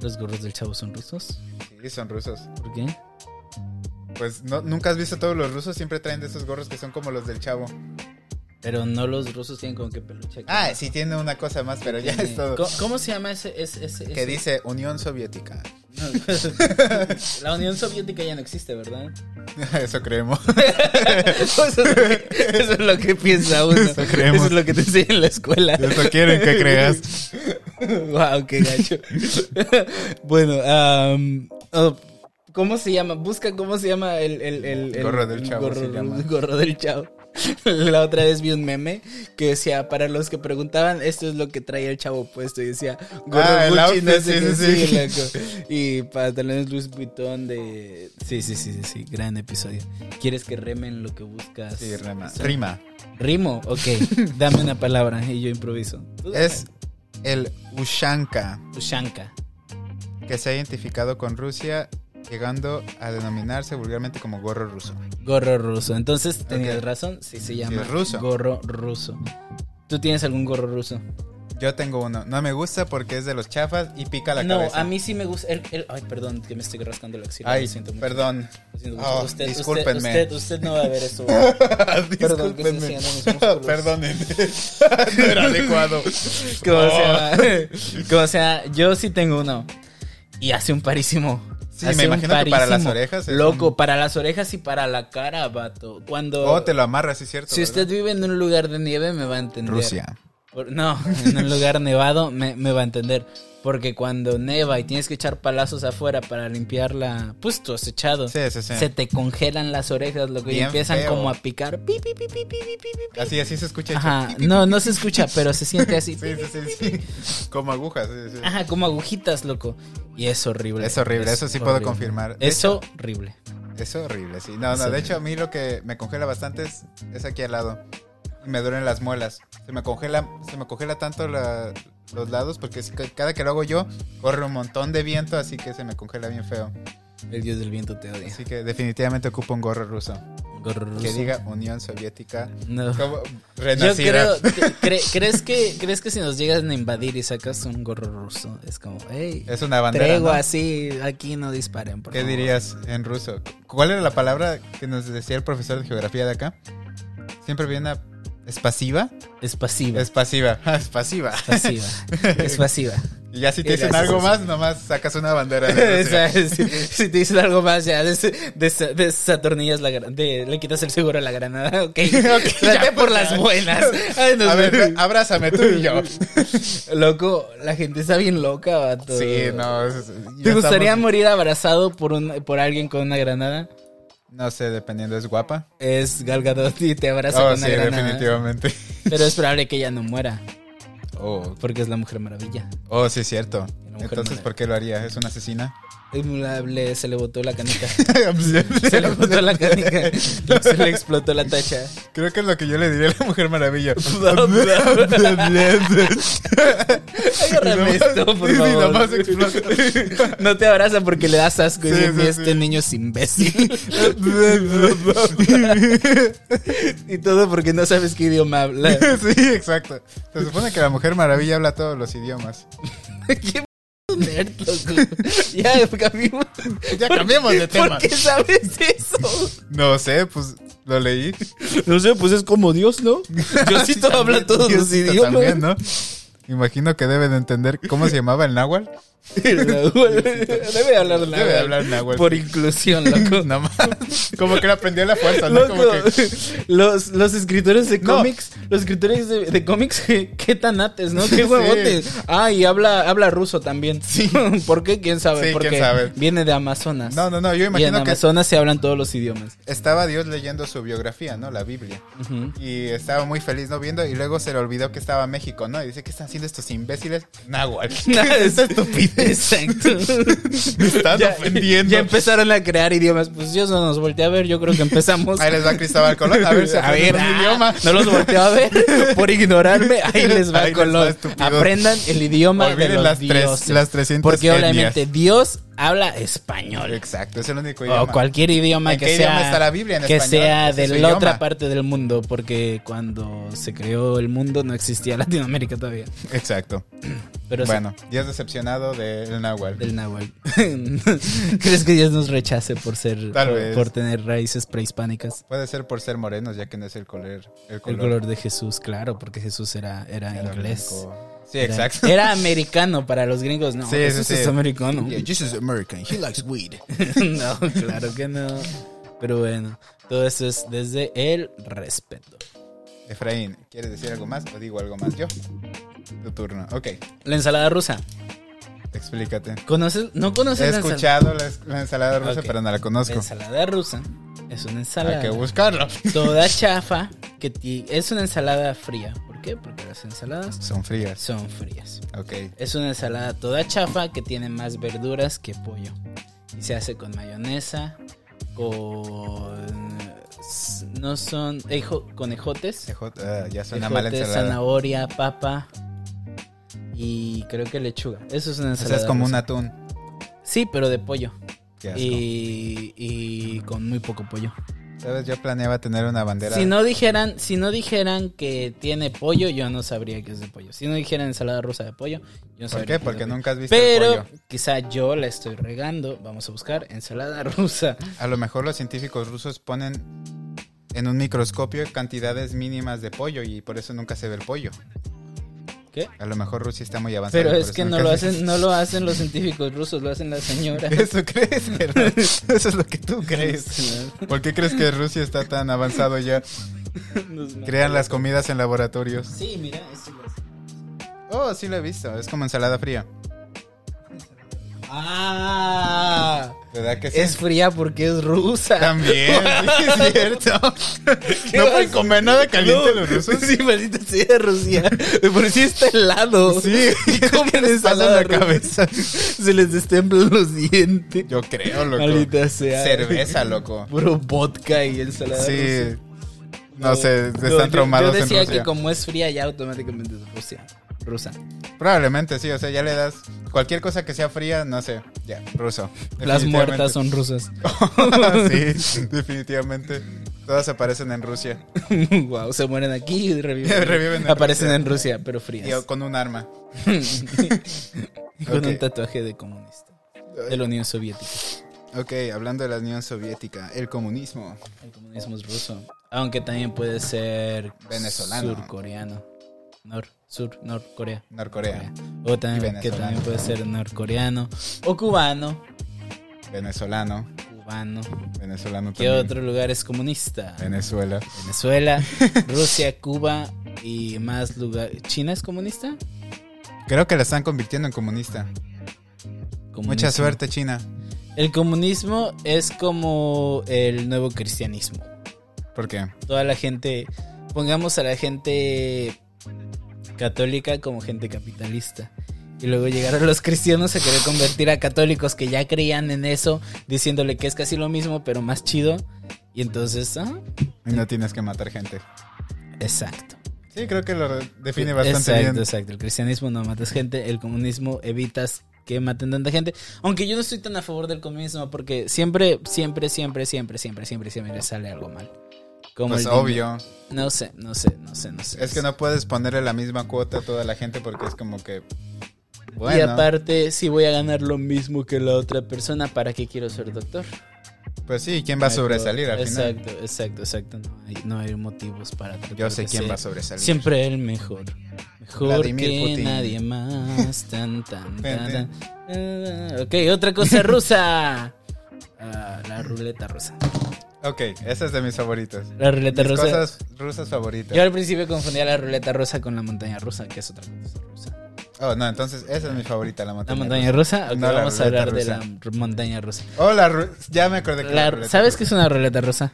B: ¿Los gorros del chavo son rusos?
A: Sí, son rusos.
B: ¿Por qué?
A: Pues no, nunca has visto todos los rusos, siempre traen de esos gorros que son como los del chavo.
B: Pero no los rusos tienen como que peluche. aquí.
A: Ah, sí tiene una cosa más, pero ya
B: Tiene-
A: es todo.
B: ¿Cómo, cómo se llama ese? ese, ese-
A: Que
B: ese?
A: dice Unión Soviética.
B: La Unión Soviética ya no existe, ¿verdad?
A: Eso creemos.
B: Eso es lo que, eso es lo que piensa uno.
A: Eso creemos.
B: Eso es lo que te enseñan en la escuela.
A: Eso quieren que creas.
B: wow, qué gacho. bueno, am, oh, ¿cómo se llama? Busca cómo se llama el, el, el- el-
A: Gorro del chavo
B: gorro-
A: se llama.
B: gorro del chavo. La otra vez vi un meme que decía, para los que preguntaban, esto es lo que traía el chavo puesto. Y decía, gorro
A: Ah, el
B: Gucci,
A: outfit,
B: no sé
A: sí,
B: qué,
A: sí, sí.
B: loco. Y pantalones Luis Vuitton de... Sí, sí, sí, sí, sí, gran episodio. ¿Quieres que remen lo que buscas?
A: Sí, rima. Rima.
B: Rimo, ok. Dame una palabra y yo improviso.
A: Es el Ushanka,
B: Ushanka.
A: que se ha identificado con Rusia, llegando a denominarse vulgarmente como gorro ruso.
B: Gorro ruso. Entonces tenías
A: Ok.
B: razón, sí se llama
A: es ruso.
B: gorro ruso. ¿Tú tienes algún gorro ruso?
A: Yo tengo uno. No me gusta porque es de los chafas y pica la
B: no,
A: cabeza.
B: a mí sí me gusta. el- el- ay, perdón, que me estoy rascando la axila.
A: Ay,
B: lo siento mucho.
A: perdón.
B: Lo siento mucho.
A: Oh,
B: usted,
A: discúlpenme.
B: Usted, usted, usted no va a ver esto. Perdón, que estoy
A: Discúlpenme.
B: enseñando mis músculos.
A: Perdonen. no era adecuado.
B: Como
A: Oh.
B: sea, como sea, yo sí tengo uno. Y hace un parísimo.
A: Sí,
B: Hace
A: me
B: un
A: imagino que para
B: parísimo.
A: las orejas es
B: Loco,
A: un-
B: para las orejas y para la cara, vato. Cuando.
A: Oh, te lo amarras, sí, es cierto.
B: Si
A: ¿verdad?
B: usted vive en un lugar de nieve, me va a entender.
A: Rusia.
B: Por- no, en un lugar nevado me, me va a entender. Porque cuando neva y tienes que echar palazos afuera para limpiar la. Pues tu acechado.
A: Sí, sí, sí.
B: Se te congelan las orejas, loco, y
A: Bien
B: empiezan
A: feo.
B: como a picar. Pi, pi, pi, pi, pi, pi, pi, pi.
A: Así, así se escucha.
B: Ajá,
A: hecho.
B: no, no se escucha, pero se siente así.
A: Sí, sí, sí, sí. Como agujas. sí, sí.
B: Ajá, como agujitas, loco. Y es horrible.
A: Es horrible, eso sí puedo confirmar. De
B: Es horrible.
A: Es horrible, sí. No,
B: Es
A: no, de
B: horrible.
A: hecho a mí lo que me congela bastante es, es aquí al lado. Y me duelen las muelas. Se me congela, se me congela tanto la- los lados porque es que cada que lo hago yo corre un montón de viento, así que se me congela bien feo.
B: El dios del viento te odia.
A: Así que definitivamente ocupo un gorro ruso.
B: Gorro
A: Que
B: ruso.
A: diga Unión Soviética.
B: No.
A: Como
B: Yo
A: renacida.
B: creo, que- cre- ¿crees, que, ¿crees que si nos llegan a invadir y sacas un gorro ruso, es como, hey,
A: Es una bandera.
B: tregua
A: ¿no?
B: así, aquí no disparen, por
A: ¿Qué
B: favor"?
A: dirías en ruso? ¿Cuál era la palabra que nos decía el profesor de geografía de acá? Siempre viene a... ¿Es pasiva?
B: Es pasiva.
A: Es pasiva. Es pasiva.
B: Es pasiva. es pasiva.
A: Y ya si te
B: Y
A: dicen
B: las-
A: algo más, nomás sacas una bandera. de
B: O sea,
A: Rusia.
B: si, si te dicen algo más, ya des- des- desatornillas la gra- de- le quitas el seguro a la granada. Ok, Traté
A: ya,
B: por
A: ya.
B: las buenas. Ay, nos
A: A ver,
B: vemos.
A: ve, abrázame tú y yo.
B: Loco, la gente está bien loca, vato.
A: Sí, no. es-
B: ¿Te
A: ya
B: gustaría
A: estamos-
B: morir abrazado por, un, por alguien con una granada?
A: No sé, dependiendo, ¿es guapa?
B: Es Gal Gadot y te abraza
A: Oh,
B: con
A: sí,
B: una ¿eh? granada.
A: definitivamente.
B: Pero es probable que ella no muera,
A: Oh,
B: porque es la Mujer Maravilla.
A: oh, sí, es cierto.
B: mujer
A: Entonces,
B: madre.
A: ¿por qué lo haría? ¿Es una asesina?
B: Eh, la- le- se le botó la canica. Se le botó
A: Creo
B: la canica. Se le explotó la tacha.
A: que es lo que yo le diría a la Mujer Maravilla.
B: Agárrame esto, por
A: Sí, sí,
B: favor.
A: nomás explota.
B: No te abraza porque le das asco. y
A: Sí,
B: dices,
A: sí,
B: "Mira,
A: sí.
B: este niño es imbécil. y todo porque no sabes qué idioma habla.
A: Sí, exacto. Se supone que la Mujer Maravilla habla todos los idiomas.
B: Qué nerd, loco. Ya cambiamos.
A: Ya cambiamos de tema.
B: ¿Por qué sabes eso?
A: No sé, pues lo leí.
B: No sé, pues es como Dios, ¿no? Diosito habla todos los
A: Diosito
B: idiomas.
A: También, ¿no? Imagino que debe de entender cómo se llamaba el náhuatl.
B: Debe de hablar
A: Debe de hablar náhuatl.
B: Por inclusión, loco.
A: Nada más. Como que lo aprendió a la fuerza, ¿no?
B: Loco,
A: Como que.
B: los, los escritores de
A: No.
B: cómics, los escritores de, de cómics, qué qué tanates, ¿no? Qué huevotes. Ah, y habla, habla ruso también. Sí. ¿Por qué? ¿Quién sabe?
A: Sí,
B: Porque
A: quién sabe.
B: viene de Amazonas.
A: No, no, no. Yo
B: y en
A: imagino que
B: Amazonas se hablan todos los idiomas.
A: estaba Dios leyendo su biografía, ¿no? La Biblia.
B: Ujú.
A: Y estaba muy feliz, ¿no? Viendo. Y luego se le olvidó que estaba México, ¿no? Y dice, ¿qué están haciendo estos imbéciles? Náhuatl.
B: Esa estupidez. Exacto.
A: Me están ofendiendo.
B: ya empezaron a crear idiomas. Pues Dios no nos voltea a ver, yo creo que empezamos.
A: Ahí les va Cristóbal Colón. A ver si
B: A ver,
A: aprenden un
B: ah,
A: idioma.
B: no los volteó a ver por ignorarme. Ahí les va
A: Ahí les va,
B: Colón.
A: estúpidos.
B: Aprendan el idioma de
A: Olviden
B: los
A: las, tres,
B: dioses.
A: las 300
B: porque
A: etnias.
B: obviamente Dios habla español.
A: Exacto, es el único idioma.
B: O cualquier idioma
A: ¿En
B: que
A: qué idioma
B: sea,
A: está la Biblia? ¿En
B: que
A: español?
B: sea
A: Ese
B: de
A: es su
B: la otra
A: idioma.
B: parte del mundo, porque cuando se creó el mundo no existía Latinoamérica todavía.
A: Exacto.
B: Pero sí,
A: bueno, ya es decepcionado del náhuatl.
B: del náhuatl. ¿Crees que Dios nos rechace por ser
A: Tal
B: por,
A: vez.
B: por tener raíces prehispánicas?
A: Puede ser por ser morenos, ya que no es el color. El color,
B: El color de Jesús, claro, porque Jesús era, era,
A: Era
B: inglés.
A: blanco. Sí,
B: Era-
A: exacto.
B: Era americano para los gringos, no.
A: Sí, sí,
B: Jesús
A: sí.
B: es americano.
A: this is American. He likes weed.
B: no, claro que no. Pero bueno, todo eso es desde el respeto.
A: Efraín, ¿quieres decir algo más o digo algo más yo? Tu turno. Ok,
B: La ensalada rusa.
A: explícate.
B: ¿Conoces? ¿No
A: He
B: conoces la ensalada?
A: escuchado la, es- la ensalada rusa,
B: Ok.
A: pero no la
B: La
A: conozco.
B: ensalada rusa es una
A: Hay
B: ensalada
A: que buscarlo.
B: toda chafa que ti- es una ensalada fría. ¿Por qué? Porque las ensaladas
A: Son frías.
B: son frías.
A: Ok.
B: Es una ensalada toda chafa que tiene más verduras que pollo. Y se hace con mayonesa, con... No son... eh, ejo- con ejotes.
A: Ejo- ah, ya suena mal
B: Ejotes,
A: ensalada.
B: zanahoria, papa y creo que lechuga. Eso es una
A: O
B: ensalada.
A: sea, es como
B: rusa.
A: un atún.
B: Sí, pero de pollo.
A: Qué asco.
B: Y, y con muy poco pollo.
A: ¿Sabes? Yo planeaba tener una bandera.
B: Si no dijeran, si no dijeran que tiene pollo, yo no sabría que es de pollo. Si no dijeran ensalada rusa de pollo, yo no
A: ¿Por qué?
B: sabría. que es de
A: Porque
B: pollo.
A: nunca has visto el
B: Pero
A: pollo.
B: quizá yo la estoy regando. Vamos a buscar ensalada rusa.
A: A lo mejor los científicos rusos ponen en un microscopio cantidades mínimas de pollo y por eso nunca se ve el pollo.
B: ¿Qué?
A: A lo mejor Rusia está muy avanzada.
B: Pero
A: por
B: es
A: eso
B: que no
A: nunca
B: lo
A: se-
B: hacen, no lo hacen los científicos rusos, lo hacen las señoras.
A: Eso crees, Gerardo. Eso es lo que tú crees. ¿Por qué crees que Rusia está tan avanzado ya?
B: Nos matan.
A: Crean las comidas en laboratorios.
B: Sí, mira, eso lo hacen.
A: Oh, sí lo he visto. Es como ensalada fría.
B: Ah,
A: ¿Verdad que sí?
B: es fría porque es rusa.
A: También, sí, es cierto.
B: ¿Qué
A: No
B: vas
A: pueden
B: a-
A: comer nada caliente
B: No,
A: los rusos.
B: Sí, maldita sea Rusia. Por si está helado.
A: Sí,
B: Y comen
A: pasan
B: ensalada
A: la
B: rusa.
A: cabeza.
B: Se les destemplan los dientes.
A: Yo creo, loco.
B: Maldita sea.
A: Cerveza, loco.
B: Puro vodka y ensalada. rusa.
A: Sí. No sé,
B: No,
A: están
B: yo-
A: traumados
B: Yo
A: en
B: decía
A: Rusia.
B: que como es fría ya automáticamente es Rusia. Rusa.
A: Probablemente sí, o sea, ya le das cualquier cosa que sea fría, no sé, ya, ruso.
B: Las
A: Definitivamente.
B: muertas son rusas.
A: sí, definitivamente. Todas aparecen en Rusia.
B: wow, se mueren aquí y reviven.
A: Reviven en
B: Aparecen
A: Rusia.
B: en Rusia, pero frías.
A: Y con un arma.
B: Y con
A: Ok.
B: un tatuaje de comunista. De la Unión Soviética.
A: Ok, hablando de la Unión Soviética, el comunismo.
B: El comunismo es ruso. Aunque también puede ser
A: Venezolano.
B: Surcoreano. Nor, sur, Norcorea.
A: Norcorea,
B: O
A: Y
B: también,
A: venezolano.
B: que también puede ser norcoreano. O cubano.
A: venezolano,
B: Cubano.
A: venezolano
B: ¿Qué
A: también.
B: otro lugar es comunista?
A: Venezuela.
B: Venezuela, Rusia, Cuba y más lugar. ¿China es comunista?
A: Creo que la están convirtiendo en comunista.
B: Comunismo.
A: Mucha suerte, China.
B: El comunismo es como el nuevo cristianismo.
A: ¿Por qué?
B: Toda la gente, pongamos a la gente católica como gente capitalista. Y luego llegaron los cristianos a querer convertir a católicos que ya creían en eso, diciéndole que es casi lo mismo, pero más chido. Y entonces, ah,
A: Y no tienes que matar gente.
B: exacto.
A: Sí, creo que lo define bastante
B: exacto,
A: bien.
B: Exacto, el cristianismo no matas gente, el comunismo evitas que maten tanta gente. Aunque yo no estoy tan a favor del comunismo porque siempre, siempre, siempre, siempre, siempre, siempre, siempre le sale algo mal. Como
A: Pues
B: el dinero.
A: obvio.
B: No sé, no sé, no sé, no sé.
A: Es que no puedes ponerle la misma cuota a toda la gente porque es como que.
B: Y
A: Bueno,
B: aparte, si voy a ganar lo mismo que la otra persona, ¿para qué quiero ser doctor?
A: pues sí, ¿quién va a sobresalir al final?
B: Exacto, exacto, exacto. No hay, no hay motivos para tratar
A: Yo sé
B: de
A: quién
B: ser
A: va a sobresalir.
B: Siempre el mejor. Mejor
A: Vladimir
B: que
A: Putin.
B: nadie más. Tan, tan,
A: Ten,
B: tan, tan. Ok, otra cosa rusa. Ah, la ruleta rusa.
A: Ok, esa es de mis favoritas.
B: La ruleta
A: Mis
B: rusa.
A: cosas rusas favoritas.
B: Yo al principio confundía la ruleta rusa con la montaña rusa, que es otra cosa rusa.
A: Oh, no, entonces esa es mi favorita, la montaña.
B: La montaña rusa, ok,
A: No, la
B: vamos a
A: ruleta
B: hablar de
A: rusa.
B: la r- montaña rusa.
A: rusa. Oh, la ru- ya me acordé que
B: La-
A: la ruleta
B: ¿Sabes
A: rusa.
B: qué es una ruleta rusa?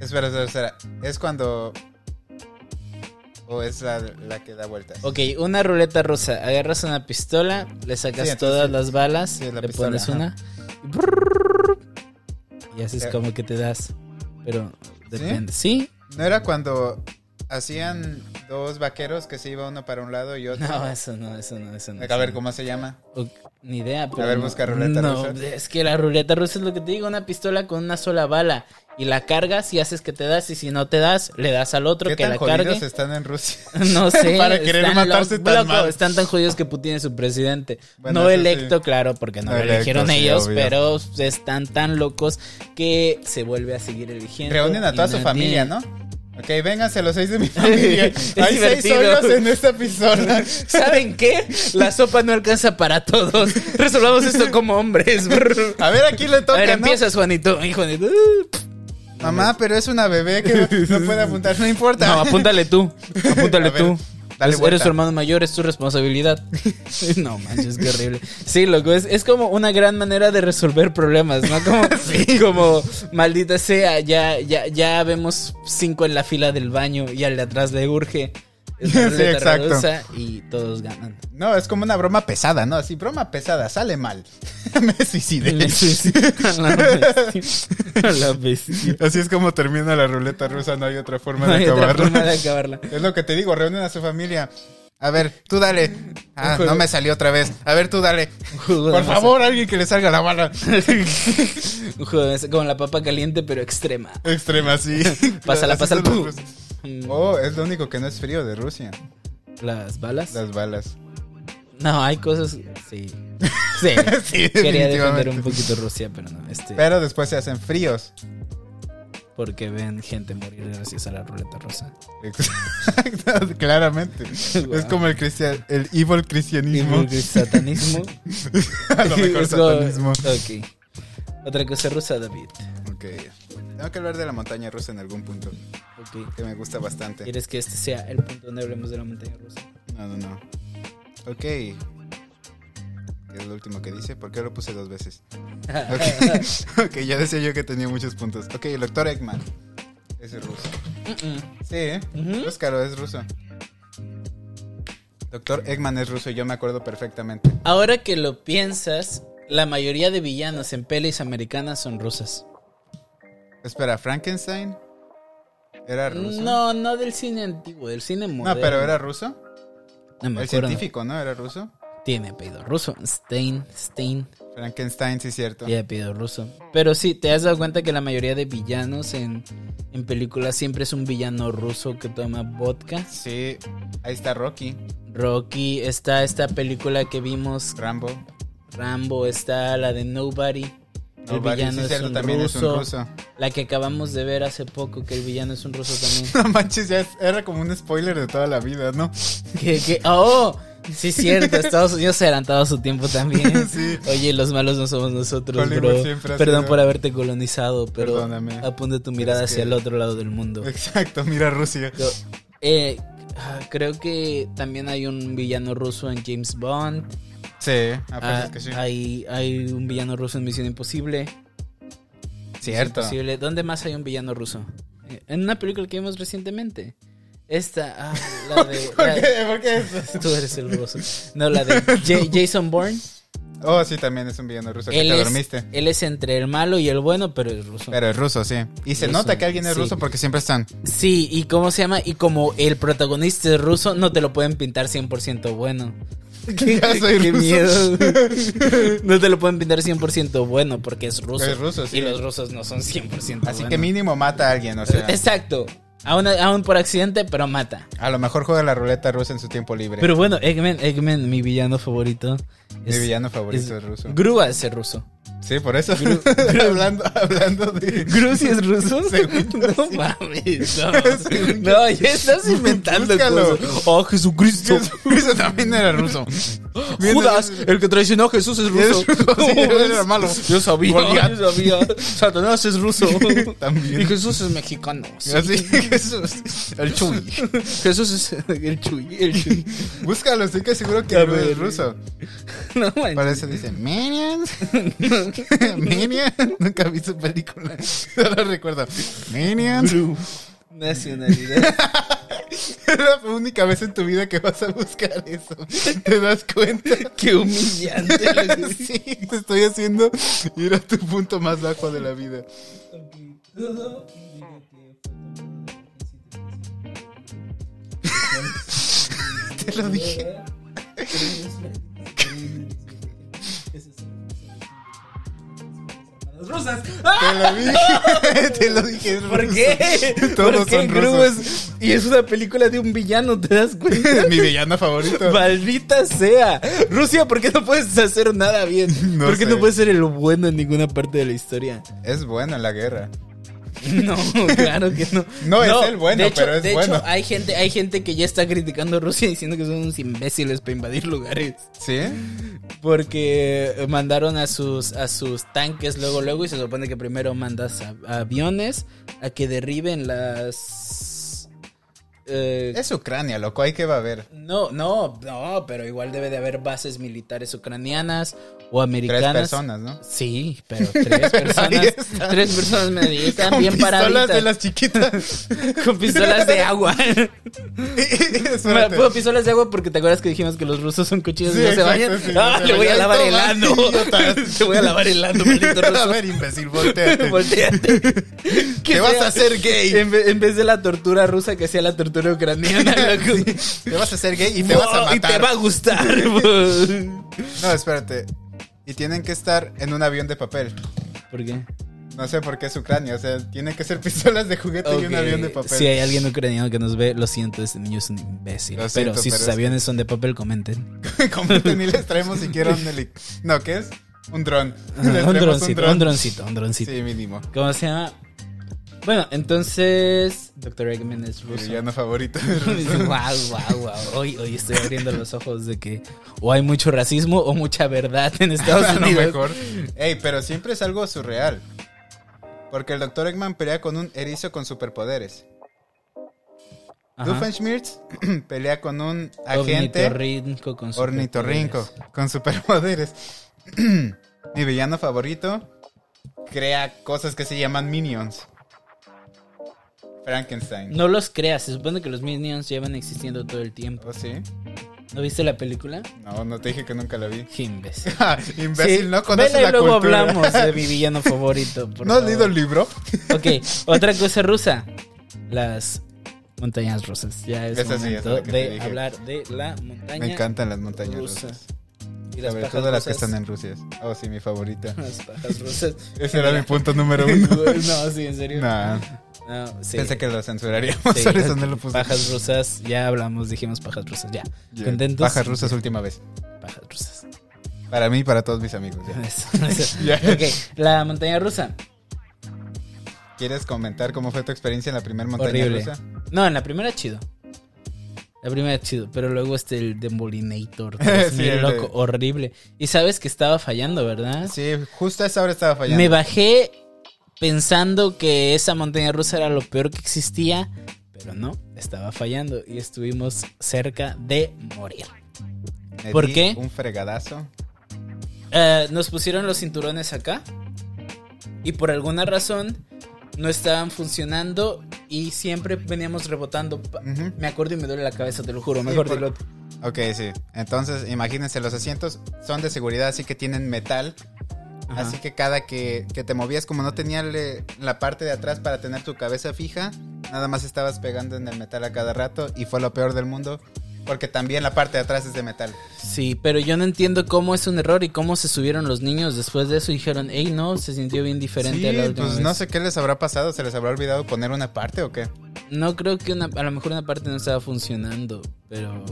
A: Espera, espera, espera. Es cuando. O es la, la que da vueltas.
B: Ok, una ruleta rusa. Agarras una pistola, le sacas
A: Sí, entonces
B: todas
A: sí.
B: las balas,
A: Sí, es la
B: le
A: pistola,
B: pones
A: ajá.
B: una y, brrrr, y haces
A: Ya.
B: como que te das. Pero depende. ¿Sí?
A: ¿No era cuando hacían dos vaqueros que se iba uno para un lado y otro.
B: No, eso no, eso no, eso no.
A: A ver cómo se llama.
B: O- Ni idea, pero.
A: ver,
B: no-
A: busca ruleta
B: no,
A: rusa.
B: es que la ruleta rusa es lo que te digo, una pistola con una sola bala. Y la cargas y haces que te das, y si no te das, le das al otro
A: ¿Qué
B: que
A: tan
B: la
A: jodidos
B: cargue.
A: están en Rusia?
B: No sé.
A: Para querer
B: están
A: matarse
B: lo-
A: tan
B: loco,
A: mal.
B: Están tan jodidos que Putin es su presidente.
A: Bueno,
B: no
A: eso
B: electo, claro, porque no,
A: No
B: lo
A: electo,
B: eligieron
A: sí,
B: ellos,
A: obvio.
B: pero están tan locos que se vuelve a seguir eligiendo.
A: Reúnen a
B: y
A: toda su
B: nadie-
A: familia, ¿no? Ok, vénganse los seis de mi familia.
B: Es
A: Hay seis
B: divertido.
A: solos en esta pistola.
B: ¿Saben qué? La sopa no alcanza para todos. Resolvamos esto como hombres.
A: A ver, aquí le
B: A
A: toca,
B: ver,
A: ¿no?
B: empiezas, Juanito. Y Juanito.
A: Mamá, pero es una bebé que no, no puede apuntar. No importa.
B: No, apúntale tú. Apúntale
A: A ver,
B: tú.
A: dale
B: Eres- eres
A: vuelta.
B: tu hermano mayor, es tu responsabilidad. No manches, qué horrible. Sí, loco, es, es como una gran manera de resolver problemas, ¿no? Como, como maldita sea, ya, ya, ya vemos cinco en la fila del baño y al de atrás le urge. Es una
A: Sí,
B: ruleta
A: exacto.
B: rusa Y todos ganan.
A: No, es como una broma pesada, ¿no? Así, broma pesada, sale mal. Me suicidé.
B: A la bestia. A la bestia.
A: Así es como termina la ruleta rusa, no hay otra forma
B: No hay
A: de
B: otra
A: acabarla.
B: forma de acabarla.
A: Es lo que te digo, reúnen a su familia. A ver, tú dale. Ah,
B: juego.
A: no me salió otra vez. A ver, tú dale.
B: Un juego de
A: Por
B: mesa.
A: favor, alguien que le salga la bala.
B: Un juego de mesa, como la papa caliente, pero extrema.
A: Extrema, sí.
B: Pásala,
A: Así
B: pásala.
A: son los
B: ¡Pum!
A: rusos. Oh, es lo único que no es frío de Rusia.
B: Las balas.
A: Las balas.
B: No,
A: Ah,
B: hay cosas. Sí. Sí.
A: Sí,
B: Quería defender un
A: definitivamente.
B: poquito Rusia, pero no. Este,
A: Pero después se hacen fríos.
B: Porque ven gente morir gracias a la ruleta rusa.
A: Exacto, claramente.
B: Wow.
A: Es como el, cristian, el evil
B: Y
A: cristianismo.
B: porque satanismo.
A: A lo mejor
B: Es como-
A: satanismo.
B: Ok. Otra cosa rusa, David.
A: Ok. Tengo que hablar de la montaña rusa en algún punto,
B: Ok.
A: que me gusta bastante.
B: ¿Quieres que este sea el punto donde hablemos de la montaña rusa?
A: No, no, no. Ok. Es lo último que dice. ¿Por qué lo puse dos veces? Ok, Ok, ya decía yo que tenía muchos puntos. Ok, el doctor Eggman. Es ruso. Sí, ¿eh?
B: Ujú.
A: Búscalo, es ruso. Doctor Eggman es ruso y yo me acuerdo perfectamente.
B: Ahora que lo piensas, la mayoría de villanos en pelis americanas son rusas.
A: Espera, Frankenstein era ruso.
B: No, no del cine antiguo, del cine moderno.
A: No, pero era ruso.
B: No me
A: El
B: acuerdo.
A: científico, ¿no? Era ruso.
B: Tiene apellido ruso. Stein, Stein.
A: Frankenstein, sí, cierto.
B: Tiene apellido ruso. Pero sí, te has dado cuenta que la mayoría de villanos en, en películas siempre es un villano ruso que toma vodka.
A: Sí, ahí está Rocky,
B: Rocky, está esta película que vimos,
A: Rambo.
B: Rambo, está la de Nobody. El
A: Nobody,
B: villano
A: sí,
B: es,
A: cierto,
B: un
A: también
B: ruso,
A: es un ruso.
B: La que acabamos de ver hace poco, que el villano es un ruso también.
A: No manches, ya es- era como un spoiler de toda la vida, ¿no?
B: ¿Qué, qué? ¡Oh! Sí, es cierto, Estados Unidos se ha adelantado a su tiempo también.
A: Sí.
B: Oye, los malos no somos nosotros,
A: Hollywood
B: bro.
A: siempre ha
B: Perdón
A: sido-
B: por haberte colonizado, pero
A: Perdóname.
B: apunta tu mirada
A: Es que-
B: hacia el otro lado del mundo.
A: Exacto, mira Rusia.
B: Yo- eh, ah, creo que también hay un villano ruso en James Bond.
A: Sí, a
B: Ah,
A: pesar pues que sí.
B: hay, hay un villano ruso en Misión Imposible.
A: Cierto.
B: Misión Imposible. ¿Dónde más hay un villano ruso? Eh, En una película que vimos recientemente. Esta, ah, la de.
A: ¿Por
B: la-
A: qué? ¿Por qué eso?
B: Tú eres el ruso. No, la de Ja- Jason Bourne.
A: Oh, sí, también es un villano ruso que
B: Él
A: te
B: es,
A: dormiste.
B: él es entre el malo y el bueno, pero es ruso.
A: Pero es ruso, sí. Y se
B: Ruso,
A: nota que alguien es
B: sí.
A: ruso porque siempre están.
B: Sí, y cómo se llama, y como el protagonista es ruso, no te lo pueden pintar 100% bueno.
A: Ya soy
B: Qué
A: ruso.
B: miedo. No te lo pueden pintar 100% bueno porque es ruso.
A: Es ruso, sí.
B: Y los rusos no son 100%
A: Así
B: bueno.
A: que mínimo mata a alguien, o sea.
B: Exacto. Aún, aún por accidente, pero mata.
A: A lo mejor juega la ruleta rusa en su tiempo libre.
B: Pero bueno, Eggman, Eggman mi villano favorito.
A: Mi villano favorito
B: es
A: es ruso.
B: Grúa es el ruso.
A: Sí, por eso.
B: Gru-
A: hablando, hablando de.
B: ¿Gru sí es ruso?
A: Según
B: no mames, no. No, ya estás inventando
A: Búscalo.
B: cosas. Oh, Jesucristo.
A: Ruso también era ruso. Bien,
B: Judas,
A: es-
B: el que traicionó a Jesús es
A: es
B: ruso.
A: ruso, sí, era malo.
B: Yo sabía,
A: Goliat.
B: yo sabía. Satanás es ruso.
A: También.
B: Y Jesús es mexicano. sí.
A: Así Jesús. El chuy.
B: Jesús es el chuy, el chuy.
A: Búscalo, estoy que seguro que
B: A
A: Gru
B: ver.
A: es ruso.
B: No manches.
A: Por eso dice Minions. Minions. Nunca vi su película. Solo recuerdo. Minions.
B: Gru. Nacionalidad.
A: Es la única vez en tu vida que vas a buscar eso. ¿Te das cuenta?
B: Qué humillante. lo que-
A: sí, te estoy haciendo ir a tu punto más bajo de la vida. Te lo dije.
B: Rusas.
A: Te lo dije. Te lo dije. es
B: Ah, ¿Por
A: ruso.
B: qué?
A: Todos
B: ¿Por qué
A: son rusos.
B: Grubos? Y es una película de un villano, ¿te das cuenta?
A: Mi villano favorito.
B: Maldita sea. Rusia, ¿por qué no puedes hacer nada bien?
A: No
B: ¿Por qué
A: sé.
B: no puedes ser el bueno en ninguna parte de la historia?
A: Es bueno en la guerra.
B: No, claro que no.
A: No, es el bueno,
B: de hecho-
A: pero es
B: de
A: bueno.
B: Hecho, hay gente, hay gente que ya está criticando a Rusia diciendo que son unos imbéciles para invadir lugares.
A: ¿Sí?
B: Porque mandaron a sus, a sus tanques luego, luego, y se supone que primero mandas a, a aviones a que derriben las. eh,
A: Es Ucrania, loco. Hay que va a ver.
B: no, no, no, pero igual debe de haber bases militares ucranianas o
A: Tres
B: americanas.
A: personas, ¿no?
B: Sí, pero tres personas.
A: Ahí está.
B: tres personas me di- están
A: Con
B: bien
A: pistolas
B: paraditas.
A: de las chiquitas.
B: Con pistolas de agua. Me
A: Espérate.
B: pongo pistolas de agua porque te acuerdas que dijimos que los rusos son cuchillos y
A: Sí,
B: no se
A: exacto,
B: bañan.
A: sí,
B: ah,
A: no se
B: le voy a
A: bañan.
B: lavar el
A: Toma,
B: ano.
A: idiotas.
B: Te voy a lavar el ano, maldito
A: A
B: ruso.
A: ver, imbécil, volteate.
B: Volteate.
A: Te vas a hacer gay.
B: En, ve- en vez de la tortura rusa que hacía la tortura ucraniana, loco.
A: Te vas a hacer gay y te vas a
B: Oh,
A: matar.
B: Y te va a gustar. pues.
A: No, espérate. Y tienen que estar en un avión de papel.
B: ¿Por qué?
A: No sé por qué es Ucrania. O sea, tienen que ser pistolas de juguete y un
B: Ok,
A: avión de papel.
B: Si hay alguien ucraniano que nos ve, lo siento, este niño es un imbécil.
A: Lo
B: pero
A: siento,
B: si
A: pero
B: sus
A: es-
B: aviones son de papel, comenten.
A: Comenten y les traemos si quieren un helic... No, ¿qué es? Un dron. Les
B: un
A: traemos
B: droncito, un droncito, un droncito.
A: Sí, mínimo.
B: ¿Cómo se llama? Bueno, entonces. Doctor Eggman es
A: Mi
B: ruso.
A: villano favorito.
B: wow, wow, wow. Hoy, hoy estoy abriendo los ojos de que o hay mucho racismo o mucha verdad en
A: A
B: Estados
A: lo
B: Unidos.
A: mejor. Ey, pero siempre es algo surreal. Porque el Dr. Eggman pelea con un erizo con superpoderes.
B: Ajá.
A: Doofenshmirtz pelea con un agente
B: Ornitorrinco con
A: ornitorrinco con superpoderes. Mi villano favorito crea cosas que se llaman minions. Frankenstein.
B: No los creas, se supone que los Minions llevan existiendo todo el tiempo.
A: ¿O ¿Oh, sí?
B: ¿No viste la película?
A: No, no te dije que nunca la vi.
B: Qué imbécil.
A: Ja, Imbécil,
B: Sí,
A: no conoces
B: vela y
A: la
B: luego
A: cultura.
B: hablamos de mi villano favorito. por
A: ¿No has
B: favor.
A: leído el libro?
B: Ok, otra cosa rusa. Las montañas rusas. Ya es
A: Esa sí, esa es la
B: momento
A: que te
B: de
A: dije.
B: hablar de la montaña
A: Me encantan las montañas
B: rusa.
A: rusas.
B: Y las
A: Sobre
B: pajas
A: todo las que
B: rusas.
A: están en Rusia. Oh, sí, mi favorita.
B: Las pajas rusas.
A: Ese era mi punto número uno.
B: no, sí, en serio.
A: Nah,
B: No, sí.
A: Pensé que lo censuraríamos.
B: Sí.
A: Por eso no lo puse.
B: Pajas rusas, ya hablamos, dijimos pajas rusas, ya.
A: Ya.
B: ¿Contentos?
A: Bajas rusas última vez.
B: Pajas rusas.
A: Para mí y para todos mis amigos. ya.
B: Eso, eso.
A: Ya.
B: Ok, la montaña rusa.
A: ¿Quieres comentar cómo fue tu experiencia en la primera montaña
B: Horrible.
A: rusa?
B: No, en la primera chido. La primera chido, pero luego este el Demolinator.
A: Sí,
B: muy
A: el de-
B: loco, horrible. Y sabes que estaba fallando, ¿verdad?
A: Sí, justo a esa hora estaba fallando.
B: Me bajé pensando que esa montaña rusa era lo peor que existía, pero no, estaba fallando y estuvimos cerca de morir.
A: Me
B: ¿por
A: di
B: qué?
A: Un fregadazo.
B: Eh, nos pusieron los cinturones acá y por alguna razón no estaban funcionando y siempre veníamos rebotando. Pa-
A: Ujú.
B: Me acuerdo y me duele la cabeza, te lo juro.
A: Mm. Sí,
B: Mejor
A: por-
B: dilo.
A: Ok, sí. Entonces, imagínense, los asientos son de seguridad, así que tienen metal.
B: Ajá.
A: Así que cada que, que te movías, como no tenía le- la parte de atrás para tener tu cabeza fija, nada más estabas pegando en el metal a cada rato y fue lo peor del mundo. Porque también la parte de atrás es de metal.
B: Sí, pero yo no entiendo cómo es un error y cómo se subieron los niños después de eso y dijeron, hey, no, se sintió bien diferente a la
A: Sí,
B: última
A: pues
B: vez".
A: no sé qué les habrá pasado, se les habrá olvidado poner una parte o qué.
B: No creo que una, a lo mejor una parte no estaba funcionando, pero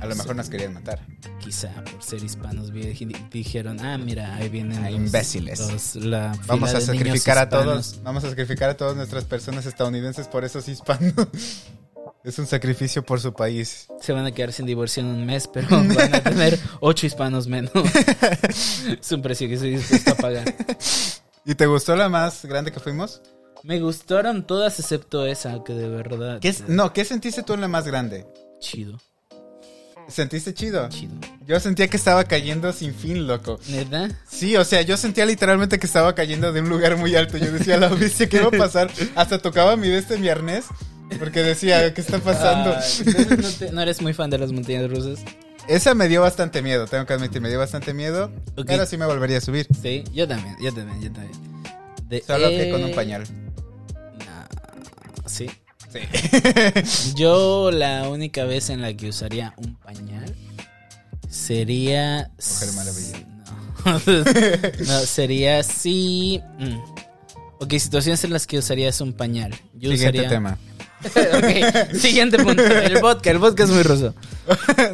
A: A lo
B: no
A: mejor
B: sé,
A: nos querían matar.
B: quizá por ser hispanos vi- dijeron, ah, mira, ahí vienen
A: Ah,
B: los-
A: imbéciles.
B: los- la
A: Vamos
B: fila
A: a
B: de niños
A: sacrificar a
B: hispanos".
A: todos, vamos a sacrificar a todas nuestras personas estadounidenses por esos hispanos. Es un sacrificio por su país.
B: Se van a quedar sin divorcio en un mes, pero van a tener ocho hispanos menos. es un precio que estoy dispuesto a pagar.
A: ¿Y te gustó la más grande que fuimos?
B: Me gustaron todas excepto esa, que de verdad.
A: ¿Qué, es- no, ¿qué sentiste tú en la más grande?
B: Chido,
A: ¿Sentiste chido?
B: chido.
A: Yo sentía que estaba cayendo sin fin, loco.
B: ¿Neta?
A: Sí, o sea, yo sentía literalmente que estaba cayendo de un lugar muy alto. Yo decía, la bestia, ¿qué va a pasar? Hasta tocaba mi bestia, mi arnés, porque decía, ¿qué está pasando?
B: Ay, entonces no, te- no eres muy fan de las montañas rusas.
A: Esa me dio bastante miedo, tengo que admitir, me dio bastante miedo.
B: Ok.
A: Pero sí me volvería a subir.
B: Sí, yo también, yo también, yo también. De-
A: Solo que con
B: eh,
A: un pañal.
B: nah, sí.
A: Sí.
B: Yo la única vez en la que usaría un pañal sería...
A: Mujer Maravilla.
B: No. No, sería si... mm. Ok, situaciones en las que usarías un pañal. Yo
A: Siguiente
B: usaría...
A: tema.
B: Ok, Siguiente punto. El vodka. El vodka es muy ruso.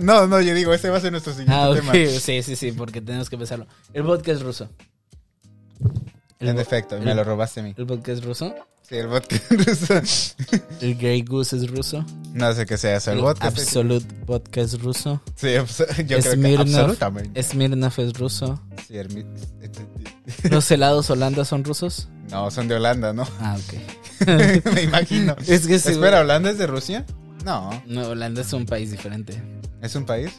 A: no, no, yo digo, ese va a ser nuestro siguiente
B: Ah, ok.
A: Este tema.
B: Sí, sí, sí, porque tenemos que pensarlo. El vodka es ruso.
A: En efecto, me lo robaste a mí.
B: ¿El vodka es ruso?
A: Sí, el vodka ruso.
B: ¿El Grey Goose es ruso?
A: No sé qué sea eso, el vodka. este sí.
B: Absolute Vodka es ruso.
A: Sí, abso- yo creo que
B: Smirnoff-
A: absolutamente.
B: Smirnoff es ruso.
A: Sí, el mi-
B: ¿Los helados Holanda son rusos?
A: No, son de Holanda, ¿no?
B: Ah, ok.
A: me imagino.
B: Es que sí,
A: Espera,
B: güey.
A: ¿Holanda es de Rusia? No,
B: No, Holanda es un país diferente.
A: ¿es un país?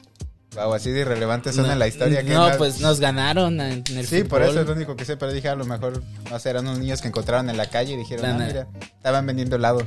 A: Wow, así de irrelevante son
B: no,
A: en la historia. que
B: No,
A: na-
B: pues nos ganaron en el
A: Sí, por eso es lo
B: fútbol.
A: único que sé, pero dije a lo mejor, no sé, eran unos niños que encontraron en la calle y dijeron,
B: La
A: ah,
B: na-
A: mira, estaban vendiendo helado.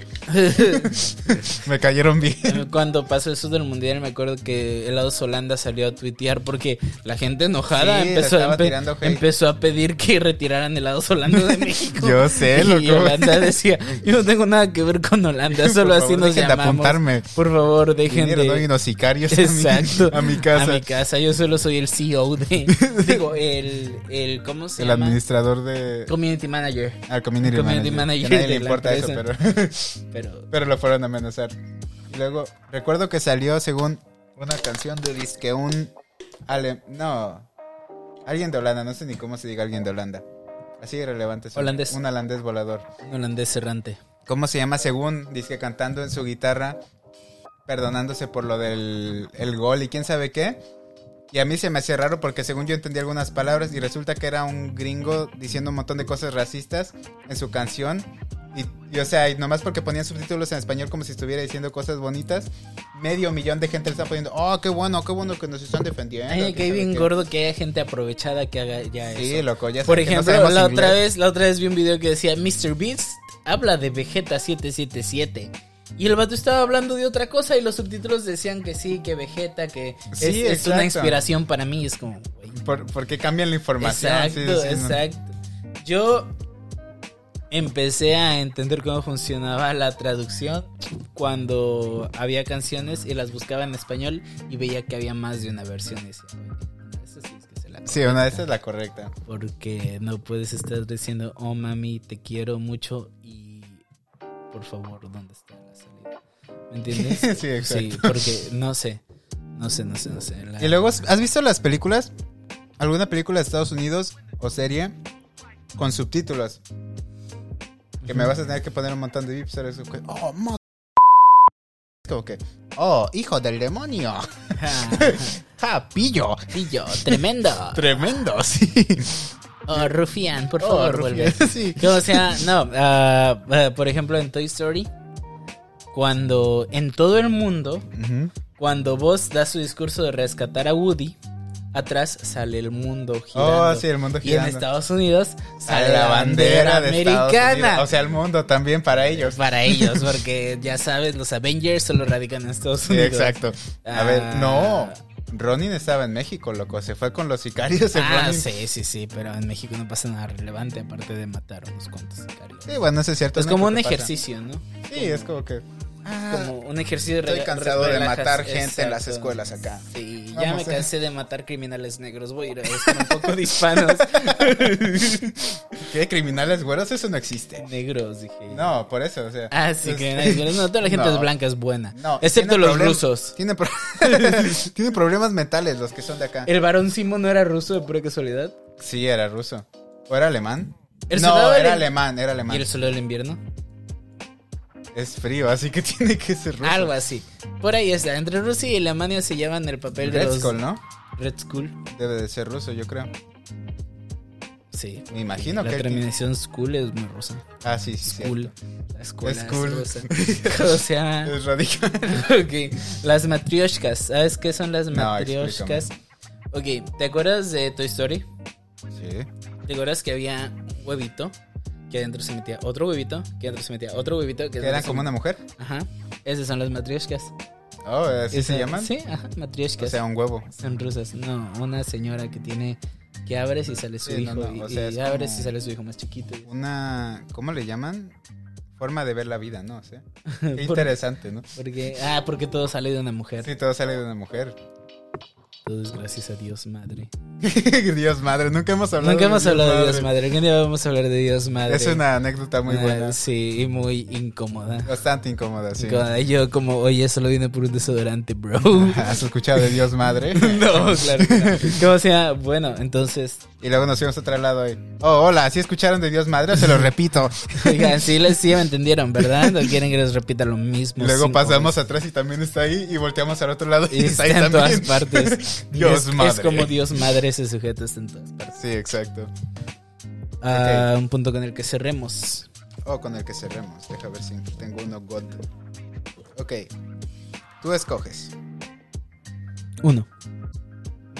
A: me cayeron bien.
B: Cuando pasó eso del mundial, me acuerdo que Helados Holanda salió a tuitear porque la gente enojada
A: Sí, le
B: empezó, a
A: estaba
B: empe-
A: tirando hate.
B: empezó a pedir que retiraran Helados Holanda de México.
A: Yo sé,
B: Y
A: loco.
B: Holanda decía: Yo no tengo nada que ver con Holanda,
A: Por
B: solo así
A: favor,
B: nos
A: dejen de
B: llamamos.
A: apuntarme.
B: Por favor, dejen
A: Vinieron, ¿no?
B: de.
A: Y unos sicarios a mi-
B: Exacto.
A: a mi casa.
B: A mi casa. Yo solo soy el CEO de. digo, el. el ¿Cómo se
A: el
B: llama?
A: administrador de...
B: Community manager.
A: al community,
B: community
A: manager.
B: manager
A: Que a nadie le
B: de la
A: importa eso, pero...
B: empresa. Pero.
A: Pero lo fueron a amenazar. Y luego, recuerdo que salió según una canción de disque un ale... No, alguien de Holanda, no sé ni cómo se diga alguien de Holanda. Así de relevante. es un-
B: Holandés.
A: Un holandés volador.
B: Un holandés errante.
A: ¿Cómo se llama según disque cantando en su guitarra, perdonándose por lo del el gol y quién sabe qué? Y a mí se me hacía raro porque según yo entendí algunas palabras y resulta que era un gringo diciendo un montón de cosas racistas en su canción. Y, y, o sea, y nomás porque ponían subtítulos en español como si estuviera diciendo cosas bonitas, medio millón de gente le está poniendo, oh, qué bueno, qué bueno que nos están defendiendo.
B: Ay,
A: quién
B: que hay
A: sabe
B: bien
A: qué".
B: gordo que haya gente aprovechada que haga ya
A: Sí,
B: eso.
A: loco, ya
B: Por
A: saben que no
B: ejemplo,
A: sabemos
B: la
A: inglés.
B: otra vez, la otra vez vi un video que decía Mr. Beast habla de Vegeta 777. Y el vato estaba hablando de otra cosa y los subtítulos decían que sí, que Vegeta, que
A: Sí,
B: es- es, una
A: exacto.
B: inspiración para mí. Es como, güey.
A: ¿Por, por qué cambian la información?
B: Exacto,
A: Sí, sí, no.
B: exacto. Yo empecé a entender cómo funcionaba la traducción cuando había canciones y las buscaba en español y veía que había más de una versión. Y decía, "Oye, esa sí es que se la
A: Sí, una de esas es la correcta.
B: Porque no puedes estar diciendo, oh mami, te quiero mucho y por favor, ¿dónde está la salida? ¿Me entiendes?
A: Sí, exacto.
B: porque no sé, no sé, no sé, no sé. La-
A: Y luego, ¿has visto las películas? ¿Alguna película de Estados Unidos o serie con subtítulos? Que me vas a tener que poner un montón de vips. ¿sabes? Que, Oh, mo- como que, oh, hijo del demonio. Ja, pillo.
B: Y yo, tremendo.
A: Tremendo, sí.
B: Oh, Rufián, por
A: Oh,
B: favor,
A: Rufián,
B: vuelve.
A: sí.
B: Que, o sea, no, ah, ah, por ejemplo en Toy Story, cuando en todo el mundo,
A: Ujú.
B: cuando vos da su discurso de rescatar a Woody, atrás sale el mundo girando.
A: Oh, sí, el mundo
B: Y en
A: girando.
B: Estados Unidos
A: Sale
B: sale la bandera,
A: Estados
B: americana.
A: Unidos. O sea, el mundo también para ellos.
B: para ellos, porque ya sabes, los Avengers solo radican en Estados
A: Sí,
B: Unidos.
A: exacto. A
B: Ah.
A: ver, no. Ronin estaba en México, loco. Se fue con los sicarios. el
B: Ah,
A: Ronin.
B: sí, sí, sí, pero en México no pasa nada relevante aparte de matar a unos cuantos sicarios.
A: Sí, bueno, eso es cierto.
B: es
A: ¿no?
B: como un
A: ¿Qué pasa?
B: ejercicio, ¿no?
A: Sí, es como que. ah,
B: como un ejercicio de
A: Estoy
B: rela-
A: cansado de
B: relajas-
A: matar gente en las
B: exacto.
A: escuelas acá.
B: Sí, ya
A: Vamos eh.
B: me
A: a-
B: cansé de matar criminales negros. Voy a ir a buscar un poco de hispanos
A: ¿Qué criminales güeros? Eso no existe.
B: negros, dije.
A: No, por eso, o sea.
B: Ah, sí,
A: es-
B: criminales negros. No, toda la gente
A: No.
B: es blanca, es buena.
A: No, y
B: excepto
A: tiene
B: los
A: problem-
B: rusos.
A: Tiene, pro- tiene problemas mentales los que son de acá.
B: ¿El varón Simo no era ruso de pura casualidad?
A: Sí, era ruso. ¿O era alemán?
B: El
A: no,
B: soldado
A: era
B: era-
A: alemán, era
B: ¿Y
A: alemán.
B: el solo del invierno?
A: Es frío, así que tiene que ser ruso.
B: Algo así. Por ahí está. Entre Rusia y Alemania se llevan el papel de
A: Red
B: los...
A: Skull, ¿no?
B: Red Skull.
A: Debe de ser ruso, yo creo.
B: Sí.
A: Me imagino
B: la
A: que él tiene-
B: terminación school es muy rusa.
A: Ah, sí, sí.
B: School.
A: cierto.
B: La escuela es
A: School.
B: rusa. O sea...
A: Es radical.
B: Ok, las matrioshkas. ¿Sabes qué son las
A: No,
B: matrioshkas? ok, ¿te acuerdas de Toy Story?
A: Sí.
B: ¿Te acuerdas que había un huevito que adentro se metía otro huevito, que adentro se metía otro huevito? Que
A: ¿Que
B: adentro
A: era
B: se
A: como una mujer?
B: Ajá, esas son las matrioshkas.
A: Oh, ¿así se
B: Esa-
A: llaman?
B: Sí, ajá,
A: O
B: matrioshkas.
A: sea, un huevo.
B: Son rusas. No, una señora que tiene... Que abres y sale su
A: Sí, no,
B: hijo.
A: no,
B: y-
A: o sea,
B: y
A: es
B: abres
A: como-
B: y sale su hijo más chiquito.
A: Una. ¿Cómo le llaman? forma de ver la vida, ¿no? O sea, qué interesante, ¿no?
B: Porque, ah, porque todo sale de una mujer.
A: Sí, todo sale de una mujer.
B: Todo es gracias a Dios Madre.
A: Dios madre, nunca hemos hablado
B: Nunca hemos hablado de Dios Madre. Algún día vamos a hablar de Dios Madre.
A: Es una anécdota muy
B: Ah,
A: buena.
B: Sí, y muy incómoda.
A: Bastante incómoda, sí.
B: Incómoda. Yo como, oye, solo vine por un desodorante, bro.
A: ¿Has escuchado de Dios madre?
B: No, claro. que no. Como sea, bueno, entonces,
A: Y luego nos fuimos a otro lado y. Oh, hola, ¿sí escucharon de Dios madre? Se lo repito.
B: oigan, sí, les, sí me entendieron, ¿verdad? No quieren que les repita lo mismo.
A: Y luego
B: cinco
A: pasamos
B: veces.
A: atrás y también está ahí y volteamos al otro lado y,
B: Y
A: está
B: está
A: ahí
B: en todas
A: también.
B: partes.
A: Dios
B: es,
A: madre.
B: Es como Dios Madre ese sujeto está en todas partes.
A: Sí, exacto.
B: Ah, Un punto con el que cerremos.
A: O Oh, con el que cerremos. Deja ver si tengo uno God. Ok. Tú escoges.
B: Uno.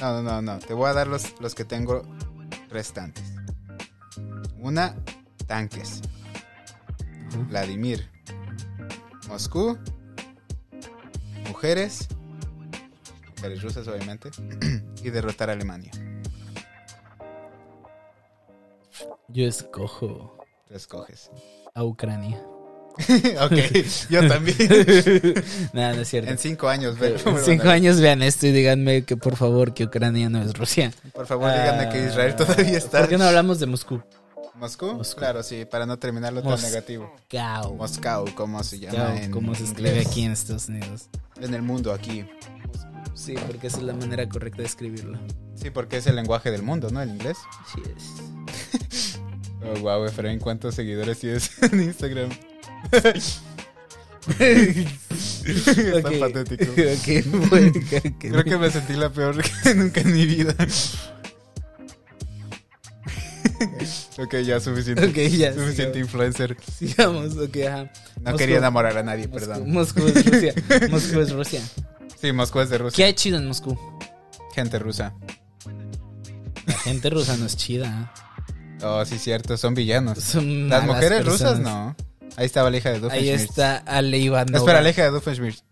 A: No, no, no, no. Te voy a dar los, los que tengo restantes. Una, tanques. Vladimir. Moscú. Mujeres. Mujeres rusas, obviamente. y derrotar a Alemania.
B: Yo escojo
A: Tú escoges.
B: a Ucrania.
A: ok, yo también.
B: Nada, no es cierto.
A: en cinco años, ve
B: En
A: cómo me van
B: cinco
A: a-
B: años vean esto y díganme que por favor que Ucrania no es Rusia. Ah,
A: Por favor, díganme que Israel todavía está.
B: ¿Por qué no hablamos de Moscú?
A: ¿Moscú?
B: Moscú.
A: Claro, sí, para no terminarlo tan
B: Moscú.
A: negativo.
B: Gao.
A: Moscú, ¿cómo se llama?
B: Gao,
A: en
B: ¿Cómo se escribe
A: inglés?
B: aquí en Estados Unidos?
A: En el mundo, aquí.
B: Sí, porque esa es la manera correcta de escribirlo.
A: Sí, porque es el lenguaje del mundo, ¿no? El inglés.
B: Así es.
A: Oh, wow, Efraín, ¿cuántos seguidores tienes en Instagram? Está
B: Ok.
A: patético.
B: Ok, bueno, ok.
A: Creo que me sentí la peor que nunca en mi vida. ok, ya suficiente.
B: Ok, ya,
A: Suficiente
B: sigamos.
A: influencer.
B: Sigamos, ok, ajá.
A: No
B: Moscú.
A: quería enamorar a nadie,
B: Moscú-
A: perdón.
B: Moscú es Rusia. Moscú es Rusia.
A: Sí, Moscú es de
B: ¿Qué
A: Rusia.
B: hay chido en Moscú?
A: Gente rusa.
B: La gente rusa no es chida.
A: Oh, sí, cierto, son villanos.
B: Son
A: Las
B: malas
A: mujeres rusas, no.
B: personas.
A: Ahí estaba la hija de
B: Ahí
A: Doofenshmirtz.
B: está Ale Ivanova.
A: Espera, la hija de Doofenshmirtz.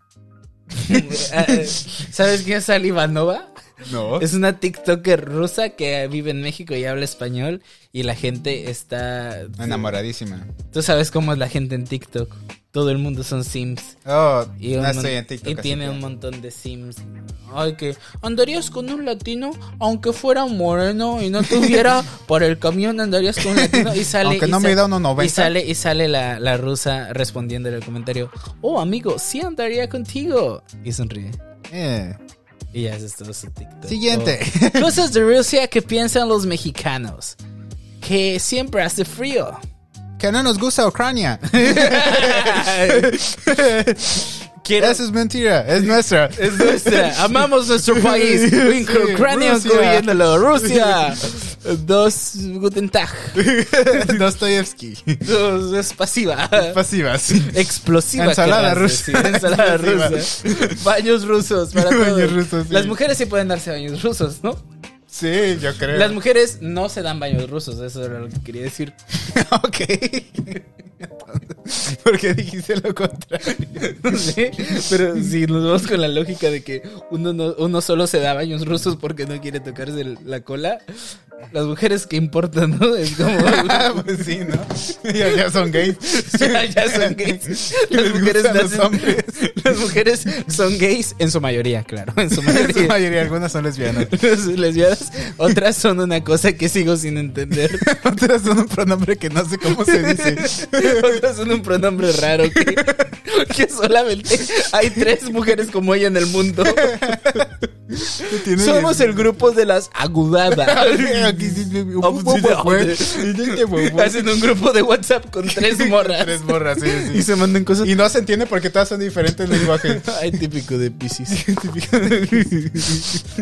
B: Ah, eh, ¿Sabes quién es Ale Ivanova?
A: No.
B: Es una TikToker rusa que vive en México y habla español y la gente está...
A: Enamoradísima.
B: Tú sabes cómo es la gente en TikTok. Todo el mundo son Sims.
A: Oh,
B: Y, un
A: no
B: mon-
A: estoy en TikTok.
B: y
A: así
B: tiene
A: que-
B: un montón de Sims. Ay, que andarías con un latino aunque fuera moreno y no tuviera para el camión, andarías con un latino y sale.
A: Aunque
B: y
A: no me
B: sa-
A: da uno noventa.
B: Y sale, y sale la, la rusa respondiendo el comentario: Oh, amigo, sí andaría contigo. Y sonríe.
A: Eh.
B: Y ya ese es todo su TikTok.
A: Siguiente.
B: Oh. Cosas de Rusia que piensan los mexicanos: que siempre hace frío.
A: Que no nos gusta Ucrania.
B: Quiero.
A: Eso es mentira. Es nuestra.
B: Es nuestra. Amamos nuestro país. Winco
A: Sí,
B: Ucrania
A: Rusia.
B: incluyéndolo. Rusia. Dos Guten Tag.
A: Dostoyevsky.
B: Dos es pasiva.
A: Pasiva, sí.
B: Explosiva.
A: Ensalada
B: querrás
A: rusa.
B: decir. ensalada
A: Explosiva.
B: rusa. Baños rusos para
A: Baños
B: todos.
A: rusos, sí.
B: Las mujeres sí pueden darse baños rusos, ¿no?
A: Sí, yo creo.
B: Las mujeres no se dan baños rusos. Eso era lo que quería decir.
A: ok. ¿Por qué dijiste lo contrario?
B: No sé, pero si nos vamos con la lógica de que uno, no- uno solo se da baños rusos porque no quiere tocarse el- la cola, las mujeres que importan, ¿no? Es como.
A: pues sí, ¿no? Ya, ya son gays.
B: ya, ya son gays. Las
A: Les
B: mujeres,
A: gustan los
B: nacen-
A: hombres.
B: las mujeres son gays en su mayoría, claro. En su
A: En su
B: mayoría.
A: mayoría, algunas son lesbianas.
B: Las lesbianas, otras son una cosa que sigo sin entender.
A: Otras son un pronombre que no sé cómo se dice.
B: Otras son un pronombre raro que, que solamente hay tres mujeres como ella en el mundo.
A: Tiene- Ah,
B: Somos el grupo de las agudadas.
A: pues
B: Hacen un grupo de WhatsApp con tres morras.
A: Tres morras, sí, sí.
B: Y se mandan cosas.
A: Y no se entiende porque todas son diferentes lenguajes.
B: Ay, típico de Pisces.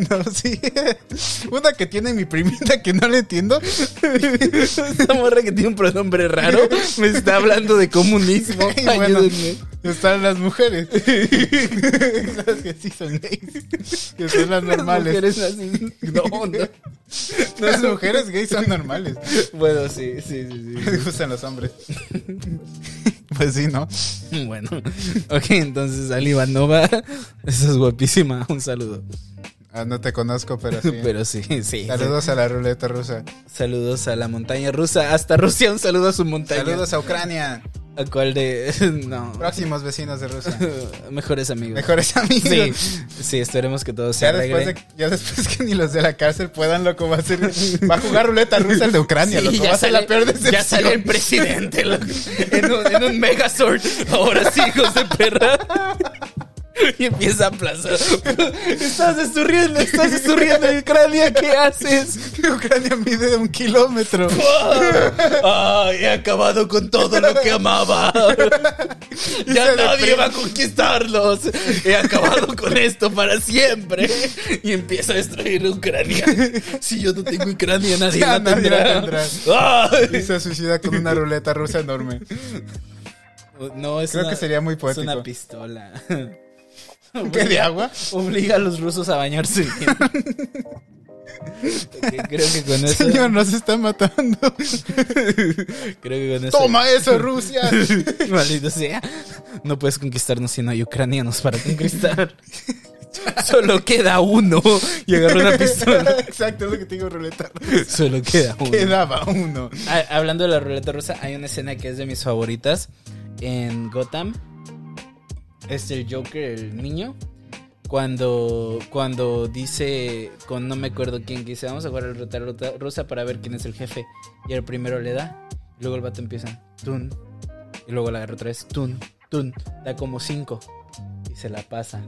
A: no, sí. Una que tiene mi primita que no le entiendo.
B: Esta morra que tiene un pronombre raro me está hablando de comunismo.
A: Y bueno,
B: Ayúdenme.
A: están las mujeres. las que sí son gays. Que son las normales.
B: Las mujeres nacen- No, no.
A: Las mujeres gays son normales.
B: Bueno, sí, sí, sí,
A: Les gustan los hombres. Pues sí, ¿no?
B: sí. Bueno. Ok, entonces Ali Ivanova. Esa es guapísima. Un saludo.
A: Ah, no te conozco, pero sí.
B: Pero sí, sí.
A: Saludos a la ruleta rusa.
B: Saludos a la montaña rusa. Hasta Rusia, un saludo a su montaña.
A: Saludos a Ucrania.
B: ¿A cuál de.? No.
A: Próximos vecinos de Rusia.
B: Mejores amigos.
A: Mejores amigos.
B: Sí, sí, esperemos que todo se
A: Ya después,
B: arregle.
A: de- ya después que ni los de la cárcel puedan, loco, va a ser. Va a jugar ruleta rusa el de Ucrania,
B: Sí,
A: loco.
B: ya
A: va a ser
B: sale-
A: la peor decepción.
B: Ya sale el presidente loco, en, un, en un Megazord. Ahora sí, hijos de perra. Y empieza a aplazar. Estás esturriendo, estás esturriendo Ucrania. ¿Qué haces?
A: Ucrania mide un kilómetro.
B: Ah, ¡Ay, he acabado con todo lo que amaba! Ya
A: se
B: nadie
A: deprime.
B: va a conquistarlos. He acabado con esto para siempre. Y empieza a destruir Ucrania. Si yo no tengo Ucrania, nadie,
A: Ya
B: la,
A: nadie la
B: tendrá.
A: tendrá.
B: ¡Ay!
A: Y se suicida con una ruleta rusa enorme.
B: No, es
A: Creo
B: una-
A: que sería muy poético.
B: Es una pistola.
A: ¿Qué de agua?
B: Obliga a los rusos a bañarse bien. Ok, creo que con eso.
A: Señor, nos está matando.
B: Creo que con eso.
A: ¡Toma eso, Rusia!
B: Maldito sea. No puedes conquistarnos si no hay ucranianos para conquistar. Solo queda uno. Y agarró una pistola.
A: Exacto, es lo que tengo ruleta.
B: Solo queda uno.
A: Quedaba uno.
B: Ah, Hablando de la ruleta rusa, hay una escena que es de mis favoritas en Gotham. Es el Joker, el niño. Cuando, cuando dice, con no me acuerdo quién, que dice, vamos a jugar a la ruleta ruta- rusa para ver quién es el jefe. Y el primero le da, y luego el vato empieza, tun. Y luego la agarra otra vez, tun, tun. Da como cinco. Y se la pasa.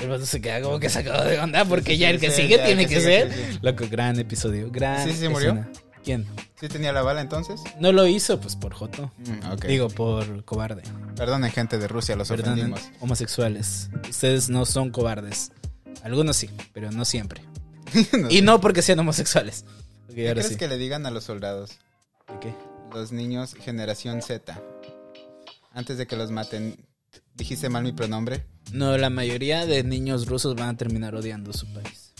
B: El vato se queda como que sacado de onda porque
A: sí,
B: ya
A: sí,
B: el que
A: sí,
B: sigue
A: ya,
B: tiene
A: el
B: que,
A: que
B: ser.
A: sigue, sí, sí.
B: Loco, gran episodio. Gran
A: ¿Sí, sí murió?
B: escena. ¿Quién?
A: ¿Sí tenía la bala entonces?
B: No lo hizo, pues por Joto.
A: Mm, ok.
B: Digo, por cobarde.
A: Perdonen, gente de Rusia, los
B: Perdonen,
A: ofendimos.
B: homosexuales. Ustedes no son cobardes. Algunos sí, pero no siempre.
A: No
B: Y no porque sean homosexuales. Ok,
A: ¿Qué
B: ahora
A: crees
B: sí.
A: que le digan a los soldados?
B: Ok.
A: Los niños generación Z. Antes de que los maten, ¿dijiste mal mi pronombre?
B: No, la mayoría de niños rusos van a terminar odiando su país.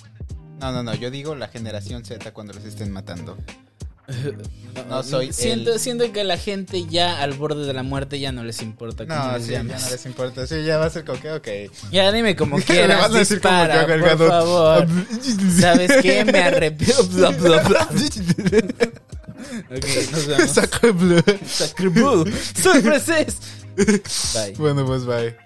A: No, no, no, yo digo la generación Z cuando los estén matando. No soy
B: Siento,
A: él.
B: siento que la gente ya al borde de la muerte ya no les importa cómo
A: No,
B: les
A: sí, ya no
B: llames.
A: les importa. Sí, ya va a ser como que, ok.
B: Ya dime como
A: Le
B: quieras,
A: vas a decir como
B: dispara,
A: que
B: por
A: agregado.
B: favor. ¿Sabes qué? Me arrepiento. Bla, bla, bla. Ok, nos vemos. é
A: Sacre bleu.
B: Sacre bleu. Sorpresas. Bye.
A: Bueno, pues bye.